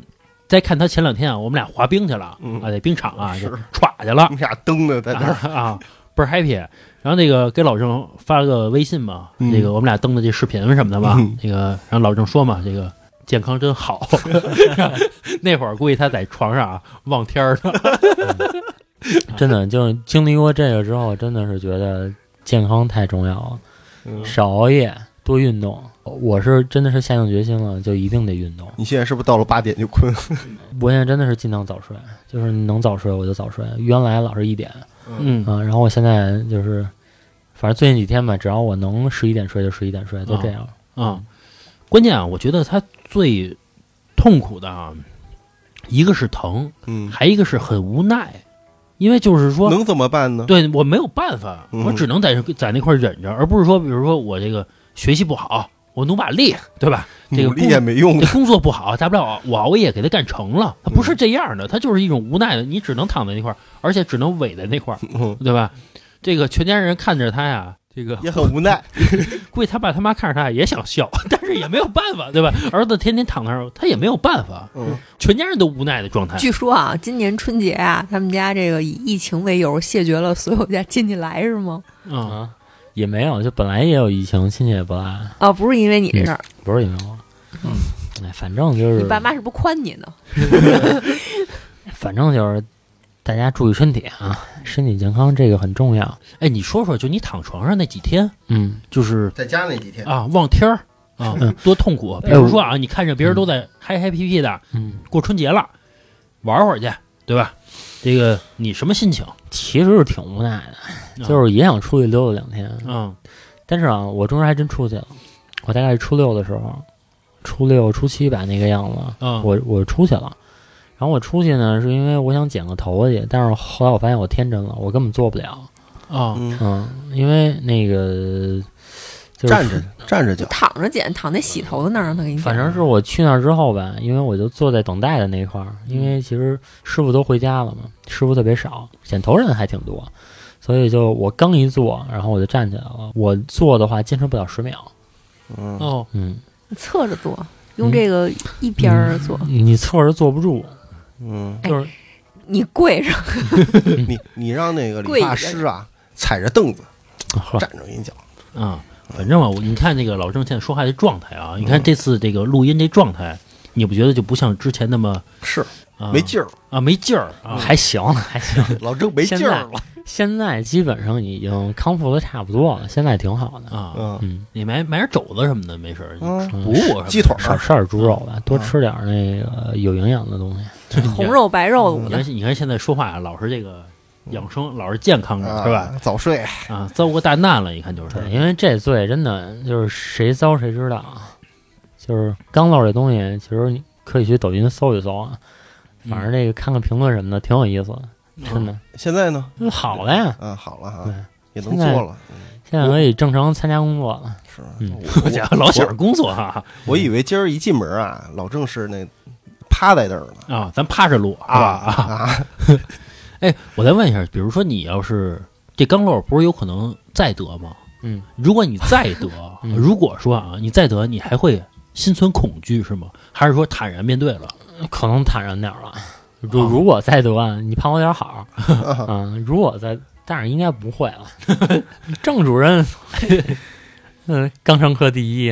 B: 在看他前两天啊，我们俩滑冰去了、
C: 嗯
B: 啊，在冰场啊，
C: 是
B: 就歘去了
C: 我们俩蹬的在那儿，
B: 啊 啊，倍儿 happy。然后那个给老郑发了个微信嘛，
C: 嗯
B: 这个我们俩登的这视频什么的嘛，
C: 嗯
B: 那个然后老郑说嘛，这个健康真 好。 那会儿估计他在床上啊望天儿呢，啊
E: 真的就经历过这个之后，真的是觉得健康太重要了，
C: 嗯
E: 少熬夜，多运动。我是真的是下定决心了，就一定得运动。
C: 你现在是不是到了八点就困？
E: 我现在真的是尽量早睡，就是能早睡我就早睡。原来老是一点
B: 嗯
E: 啊，然后我现在就是，反正最近几天吧，只要我能十一点睡就十一点睡，都这样。
B: 啊，关键啊，我觉得他最痛苦的啊，一个是疼，
C: 嗯，
B: 还一个是很无奈，因为就是说
C: 能怎么办呢？
B: 对我没有办法，
C: 嗯
B: 我只能在在那块儿忍着，而不是说，比如说我这个学习不好，我努把力，对吧？这个
C: 努力
B: 工
C: 也没用
B: 这，工作不好，大不了我熬夜给他干成了，
C: 嗯
B: 他不是这样的，他就是一种无奈的，你只能躺在那块儿，而且只能萎在那块儿，
C: 嗯，
B: 对吧？这个全家人看着他呀，这个
C: 也很无 奈。
B: 估计他爸他妈看着他也想笑， 但是也没有办法， 对吧？儿子天天躺那儿，他也没有办法，
C: 嗯
B: 全家人都无奈的状态。
D: 据说啊，今年春节啊，他们家这个以疫情为由谢绝了所有家亲戚来是吗？
B: 嗯，
E: 啊，也没有，就本来也有疫情，亲戚也不来，
D: 啊，不是因为你这事儿，
E: 不是因为我。哎，反正就
D: 你
E: 是
D: 爸妈是不是宽你呢？
E: 反正就是大家注意身体啊，身体健康这个很重要。
B: 哎，你说说，就你躺床上那几天，
E: 嗯，
B: 就是
C: 在家那几天，
B: 啊，望天儿啊，多痛苦啊！比如说啊，你看着别人都在嗨嗨皮皮的
E: 哎嗯，
B: 过春节了，玩会儿去，对吧？这个你什么心情？
E: 其实是挺无奈的，就是也想出去溜达两天，
B: 嗯
E: 但是啊，我中间还真出去了。我大概是初六的时候，初六初七吧那个样子，
B: 嗯，
E: 我我出去了。然后我出去呢，是因为我想剪个头发去，但是后来我发现我天真了，我根本做不了。
B: 啊
C: 嗯，
E: 嗯，因为那个就是
C: 站着站着脚，
D: 躺着捡，躺在洗头的那儿让他给你捡。
E: 反正是我去那儿之后吧，因为我就坐在等待的那一块儿，因为其实师傅都回家了嘛，师傅特别少，剪头人还挺多，所以就我刚一坐，然后我就站起来了。我坐的话坚持不了十秒，
C: 嗯，
B: 哦，
E: 嗯，
D: 侧着坐，用这个一边儿坐，
E: 嗯你侧着坐不住，
C: 嗯，
E: 就是
D: 你跪着。
B: 嗯
C: 你你让那个
D: 跪
C: 理
D: 一
C: 发
D: 下
C: 师啊，踩着凳子
E: 呵
C: 站着给你讲，
B: 啊，反正啊，我你看那个老郑现在说话的状态
E: 嗯
B: 啊，你看这次这个录音这状态，你不觉得就不像之前那么
C: 是
B: 啊
C: 没劲儿，
B: 啊，没劲儿啊？
E: 还行还行。
C: 老郑没劲儿了，
E: 现在基本上已经康复的差不多了，现在挺好的。
B: 啊，
C: 嗯
E: 嗯，
B: 你买买点肘子什么的，没事儿，
C: 嗯
B: 补补什么的
C: 鸡腿
E: 少
C: 儿，啊
E: 吃点猪肉吧，多吃点那个有营养的东西。
D: 红肉白肉
B: 你
E: 嗯
D: 的，
B: 看你看现在说话啊老是这个养生，老是健康着，是吧？
C: 嗯啊？早睡，
B: 啊，遭过大难了，一看就是。哎
E: 对，因为这罪真的就是谁遭谁知道啊。就是钢漏这东西，其实你可以去抖音搜一搜啊，反正这个看看评论什么的，挺有意思的，真的。
C: 现在呢？
E: 那好了呀，
C: 啊，好了
E: 对
C: 哈，也能做了。嗯
E: 现在可以正常参加工作了。
C: 是，
E: 嗯
C: 我
B: 我家 老想着
C: 我
B: 工作哈
C: 我以为今儿一进门啊，老郑是那趴在这儿呢。
B: 啊，咱趴着录是
C: 啊
B: 吧？啊，
C: 啊！
B: 哎，我再问一下，比如说你要是这钢漏，不是有可能再得吗？
E: 嗯，，
B: 如果你再得
E: 嗯
B: 如果说啊，你再得，你还会心存恐惧是吗？还是说坦然面对了？
E: 可能坦然点儿了。如
B: 啊
E: 如果再得啊，你盼我点儿好，嗯，如果再，但是应该不会了。 郑主任，嗯，刚上课第一，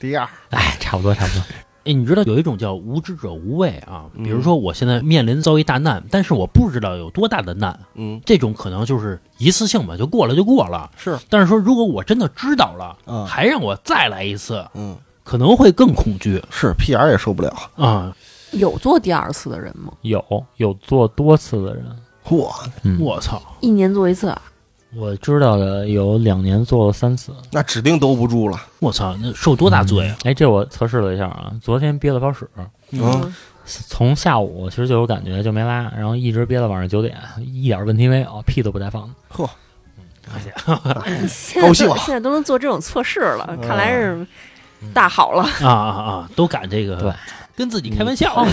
C: 第二，
E: 哎，差不多差不多。
B: 哎，你知道有一种叫无知者无畏啊，比如
C: 嗯
B: 说我现在面临遭遇大难，但是我不知道有多大的难，
C: 嗯，
B: 这种可能就是一次性吧，就过了就过了。
C: 是，
B: 但是说如果我真的知道了，
C: 嗯
B: 还让我再来一次，
C: 嗯，
B: 可能会更恐惧
C: 是 PR 也受不了。
B: 啊！
D: 有做第二次的人吗？
E: 有有做多次的人，
C: 嚯，
E: 嗯，
B: 我操，
D: 一年做一次，
E: 我知道的有两年做了三次，
C: 那指定兜不住了。
B: 我操，那受多大罪啊！
E: 哎，这我测试了一下啊，昨天憋了泡屎，
C: 嗯，
E: 从下午其实就有感觉，就没拉，然后一直憋到晚上九点，一点问题没有，屁都不带放的。
C: 嚯，
D: 你现在
C: 高兴
D: 都
C: 了
D: 现在都能做这种测试了，
C: 嗯
D: 看来是大好了，
B: 啊啊啊！都敢这个，
E: 嗯对，嗯
B: 跟自己开玩笑，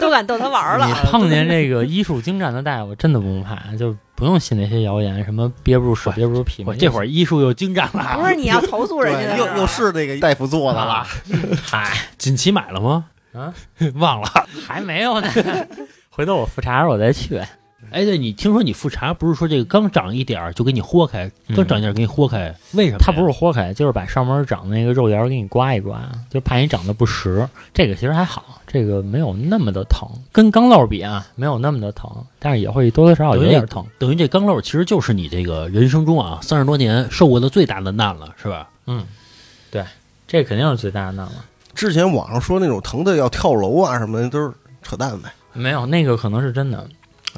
D: 都敢逗他玩儿
E: 你
D: 了。啊
E: 碰见这个医术精湛的大夫，真的不用怕，就不用信那些谣言，什么憋不住屎、憋不住屁。
B: 我这会儿医术又精湛了，
D: 不是你要投诉人家
C: 对，
D: 的，
C: 又又是那个大夫做的
E: 啊
C: 了。，
E: 嗨，
B: 锦旗买了吗？
E: 啊，
B: 忘了。
E: 还没有呢，回头我复查时候我再去。
B: 哎，对你听说你复查不是说这个刚长一点儿就给你豁开，
E: 嗯
B: 刚长一点儿给你豁开，为什么呀？
E: 它不是豁开，就是把上面长那个肉芽儿给你刮一刮，就怕你长得不实。这个其实还好，这个没有那么的疼，跟肛瘘比啊，没有那么的疼，但是也会多多少少有点疼。
B: 等于这钢漏其实就是你这个人生中啊三十多年受过的最大的难了，是吧？
E: 嗯，对，这肯定是最大的难了。
C: 之前网上说那种疼的要跳楼啊什么的，都是扯淡呗。
E: 没有那个可能是真的，
C: 啊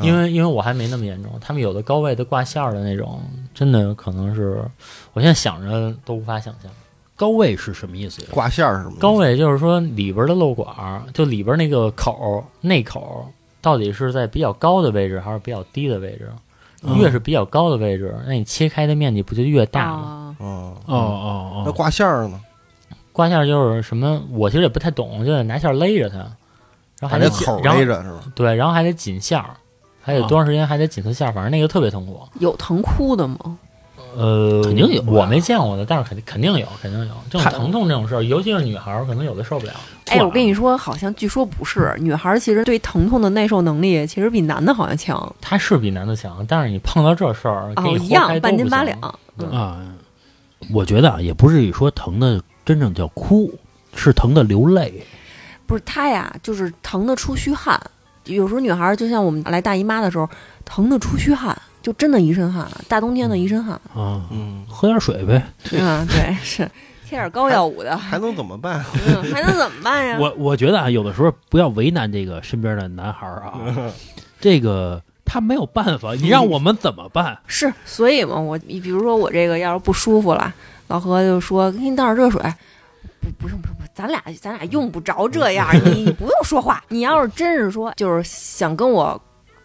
E: 因为因为我还没那么严重。他们有的高位的挂线儿的那种，真的可能是我现在想着都无法想象。
B: 高位是什么意思呀？
C: 挂线儿什么的
E: 高位就是说里边的漏管儿，就里边那个口儿内口儿，到底是在比较高的位置还是比较低的位置？
B: 嗯
E: 越是比较高的位置，那你切开的面积不就越大吗？
D: 啊，
C: 哦，
B: 哦哦
C: 那
B: 哦，
C: 挂线儿呢？
E: 挂线就是什么，我其实也不太懂，就得拿线勒着它，然
C: 把
E: 后还
C: 那
E: 得
C: 口
E: 然后
C: 勒着是吧？
E: 对，然后还得紧线儿，还得多长时间还得紧次线儿，反正那个特别痛苦。
D: 有疼哭的吗？
E: 呃，
B: 肯定有啊
E: 我没见过的，但是肯定肯定有，肯定有这种
B: 他
E: 疼痛这种事儿，尤其是女孩儿，可能有的受不了。
D: 哎，我跟你说，好像据说不是，女孩儿其实对疼痛的耐受能力其实比男的好像强
E: 她是比男的强，但是你碰到这事儿，
D: 哦
E: 给，
D: 一
E: 你活
D: 样
E: 该都
D: 半斤
E: 不
D: 八
E: 行
D: 两。嗯
B: 啊，我觉得啊，也不至于说疼的真正叫哭，是疼的流泪。
D: 不是她呀，就是疼的出虚汗。有时候女孩儿就像我们来大姨妈的时候，疼的出虚汗，就真的一身汗，大冬天的一身汗。
B: 啊，
C: 嗯，
B: 喝点水呗。
D: 嗯，对，是贴点膏药捂的，
C: 还能怎么办？
D: 嗯，还能怎么办呀？
B: 我我觉得啊，有的时候不要为难这个身边的男孩儿 啊，这个他没有办法，你让我们怎么办？
D: 是，所以嘛，我比如说我这个要是不舒服了，老何就说给你倒点热水。不，不用，不用，不用，咱俩咱俩用不着这样，你你不用说话。你要是真是说就是想跟我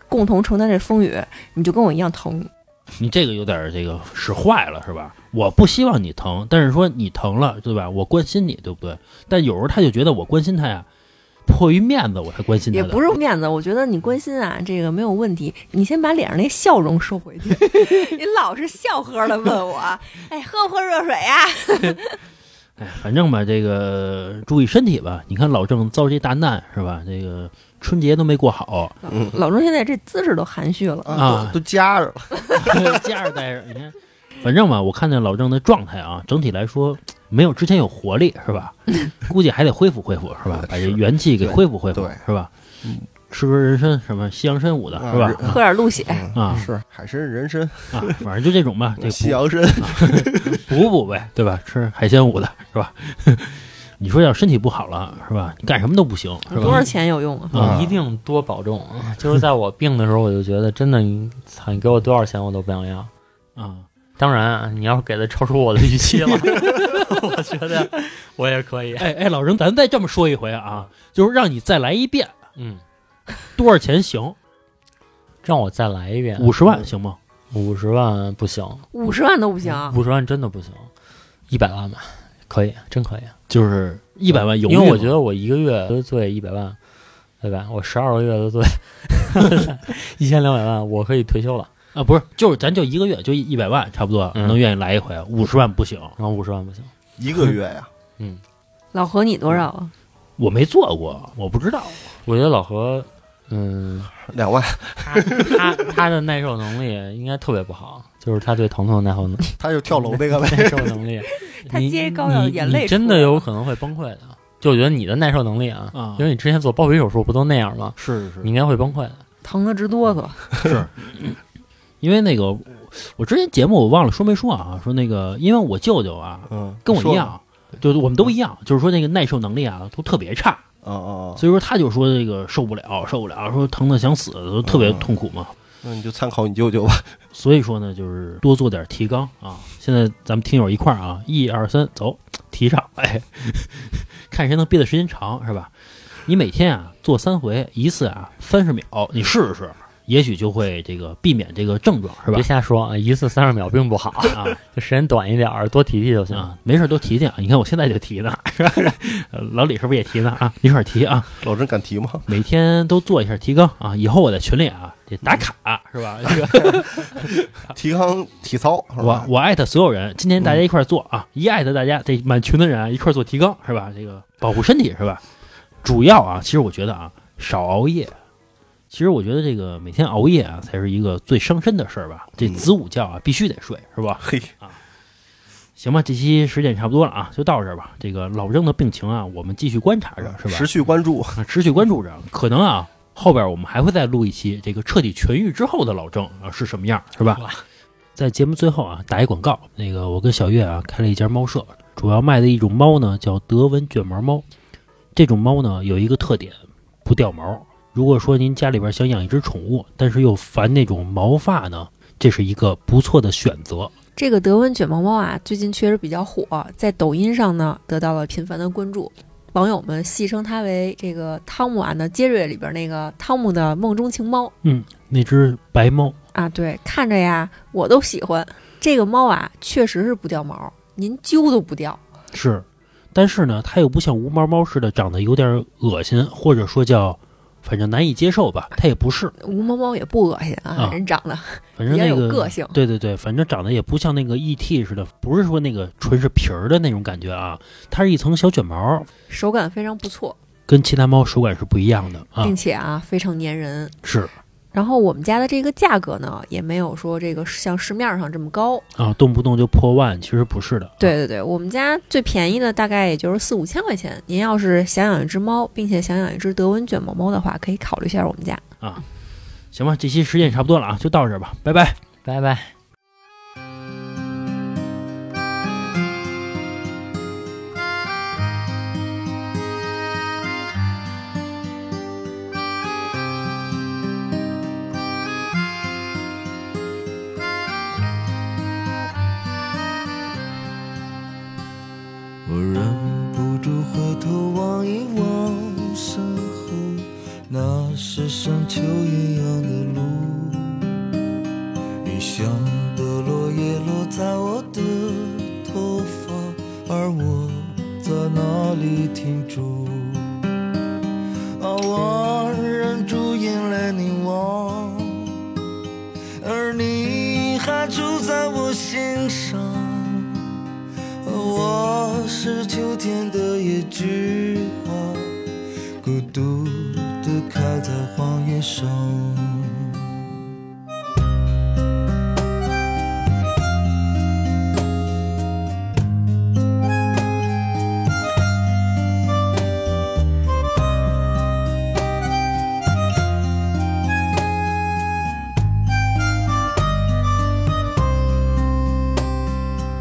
D: 共同承担这风雨，你就跟我一样疼。
B: 你这个有点儿这个使坏了是吧？我不希望你疼，但是说你疼了，对吧？我关心你，对不对？但有时候他就觉得我关心他呀，迫于面子我才关心他
D: 也
B: 的。
D: 不是面子，我觉得你关心啊，这个没有问题。你先把脸上那笑容收回去， 你老是笑呵的问我，哎，喝不喝热水呀、
B: 哎，反正吧，这个注意身体吧。你看老郑遭这大难是吧？这个春节都没过好，
C: 嗯
D: 老钟现在这姿势都含蓄了，
B: 啊
C: 都都夹着了。
B: 家着待着，你看，反正吧，我看见老郑的状态啊，整体来说没有之前有活力是 吧？估计还得恢复恢复是吧？把这元气给恢复恢复
C: 对
B: 是吧？吃根人参什么西洋参舞的是吧？
C: 啊
D: 喝点鹿血。
B: 啊
C: 是海参、人参、
B: 啊，反正就这种吧，这
C: 西
B: 补
C: 洋参，
B: 补补呗，对吧？吃海鲜舞的是吧？ 你说要身体不好了是吧？你干什么都不行是
D: 多少
B: 吧？
D: 钱有用啊？
B: 啊
E: 一定多保重。啊就是在我病的时候，我就觉得真的，你操，你给我多少钱我都不想要。
B: 啊，
E: 当然啊，你要是给的超出我的预期了，我觉得我也可以。
B: 哎哎，老人，咱再这么说一回啊，就是让你再来一遍，
E: 嗯，
B: 多少钱行？
E: 让我再来一遍，
B: 五十万，行吗？
E: 五十万不行，
D: 五十万都不行，
B: 啊
E: 五十万真的不行，一百万吧，可以，真可以。
B: 就是一百万有，
E: 因为我觉得我一个月得罪一百万，对吧？我十二个月 得罪一千两百万，我可以退休了。
B: 啊，不是，就是咱就一个月就一百万，差不多
E: 嗯
B: 能愿意来一回。五十万不行，
E: 然后五十万不行，
C: 一个月呀、
D: 老何你多少啊？
B: 我没做过，我不知道。
E: 我觉得老何，嗯，
C: 两万，
E: 他他他的耐受能力应该特别不好，就是他对疼痛的 耐受能
C: 他就跳楼那个呗。
E: 耐受能力，
D: 他
E: 你
D: 接高粱
E: 你
D: 眼泪
E: 你
D: 出来
E: 真的有可能会崩溃的。就我觉得你的耐受能力啊，
B: 啊
E: 因为你之前做包皮手术不都那样吗？
B: 是是
E: 你应该会崩溃的。
D: 疼的直哆嗦。
B: 因为那个我之前节目我忘了说没说啊，说那个因为我舅舅啊
C: 嗯，
B: 跟我
C: 说
B: 一样，就是我们都一样，就是说那个耐受能力啊都特别差，
C: 哦哦哦，
B: 所以说他就说这个受不了，受不了，说疼的想死，都特别痛苦嘛。
C: 那你就参考你舅舅吧。
B: 所以说呢，就是多做点提纲啊。现在咱们听友一块儿啊，一二三，走，提上，哎， 看谁能憋的时间长，是吧？你每天啊做三回，一次啊三十秒，你试试，也许就会这个避免这个症状，是吧
E: 别？瞎说啊，一次三十秒并不好，
B: 啊
E: 就时间短一点儿，多提提就行。
B: 啊，没事儿多提提啊！你看我现在就提呢，是吧？ 老李是不是也提呢啊？一块儿提啊，
C: 老郑敢提吗？
B: 每天都做一下提纲啊。以后我在群里啊得打卡、是吧？这个
C: 提纲体操是
B: 我
C: 吧？
B: 我艾特所有人，今天大家一块儿做啊，一艾特大家，这满群的人啊一块儿做提纲是吧？这个保护身体是吧？主要啊，其实我觉得啊，少熬夜。其实我觉得这个每天熬夜啊，才是一个最伤身的事儿吧。这子午觉啊，必须得睡是吧？
C: 嗯
B: 啊
C: 嘿，
B: 行吧，这期时间也差不多了啊，就到这儿吧。这个老郑的病情啊，我们继续观察着是吧？
C: 持续关注，
B: 啊持续关注着，可能啊，后边我们还会再录一期这个彻底痊愈之后的老郑啊是什么样，是吧
E: 哇？
B: 在节目最后啊，打一广告，那个我跟小月啊开了一家猫舍，主要卖的一种猫呢叫德文卷毛猫，这种猫呢有一个特点，不掉毛。如果说您家里边想养一只宠物，但是又烦那种毛发呢，这是一个不错的选择。
D: 这个德文卷毛猫啊，最近确实比较火，在抖音上呢得到了频繁的关注，网友们戏称它为这个汤姆俺的杰瑞里边那个汤姆的梦中情猫
B: 那只白猫
D: 啊。对，看着呀，我都喜欢这个猫啊，确实是不掉毛，您揪都不掉。
B: 是，但是呢，它又不像无毛猫似的长得有点恶心，或者说叫反正难以接受吧。它也不是，
D: 无毛猫也不恶心啊，
B: 啊
D: 人长得
B: 反
D: 比
B: 正
D: 较
B: 那
D: 有
B: 个
D: 个性。
B: 对对对，反正长得也不像那个 ET 似的，不是说那个纯是皮儿的那种感觉啊，它是一层小卷毛，
D: 手感非常不错，
B: 跟其他猫手感是不一样的啊
D: 并。且啊非常粘人。
B: 是
D: 然后我们家的这个价格呢，也没有说这个像市面上这么高。
B: 啊，动不动就破万，其实不是的。
D: 对
B: 啊，
D: 对对，我们家最便宜的大概也就是四五千块钱。您要是想养一只猫，并且想养一只德文卷毛猫的话，可以考虑一下我们家。
B: 行吧，这期时间也差不多了啊，就到这儿吧，拜拜。
E: 拜拜。
F: 我忍不住回头望一望身后，那是像蚯蚓一样的路，异乡的落叶落在我的头发，而我在哪里停住？啊，我忍住迎来你望，而你还住在我心上。我是秋天的野菊花，孤独地开在荒野上。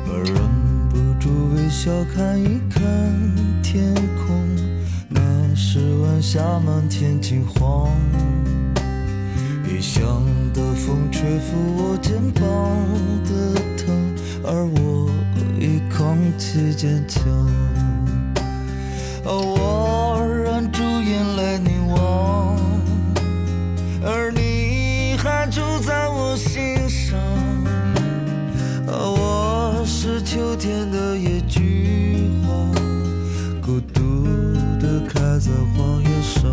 F: 我忍不住微笑看一看天空，那是晚霞满天金黄。异乡的风吹拂我肩膀的疼，而我已扛起坚强。而我忍住眼泪凝望，而你还住在我心上。而呃我是秋天的野菊花，孤独地开在荒原上。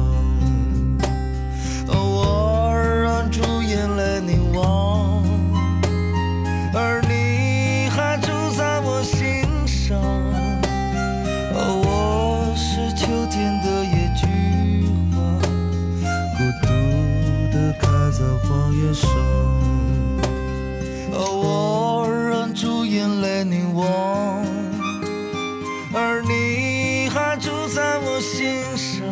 F: 而我忍住眼泪凝望，而你还住在我心上。而我是秋天的野菊花，孤独地开在荒原上。而我忍住眼泪凝望，而你还住在我心上。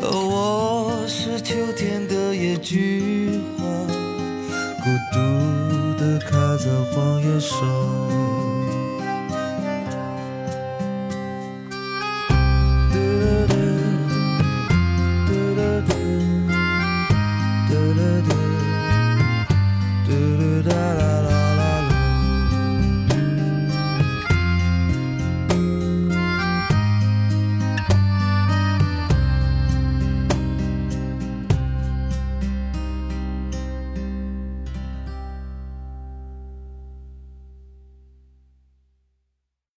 F: 而我是秋天的野菊花，孤独地开在荒野上。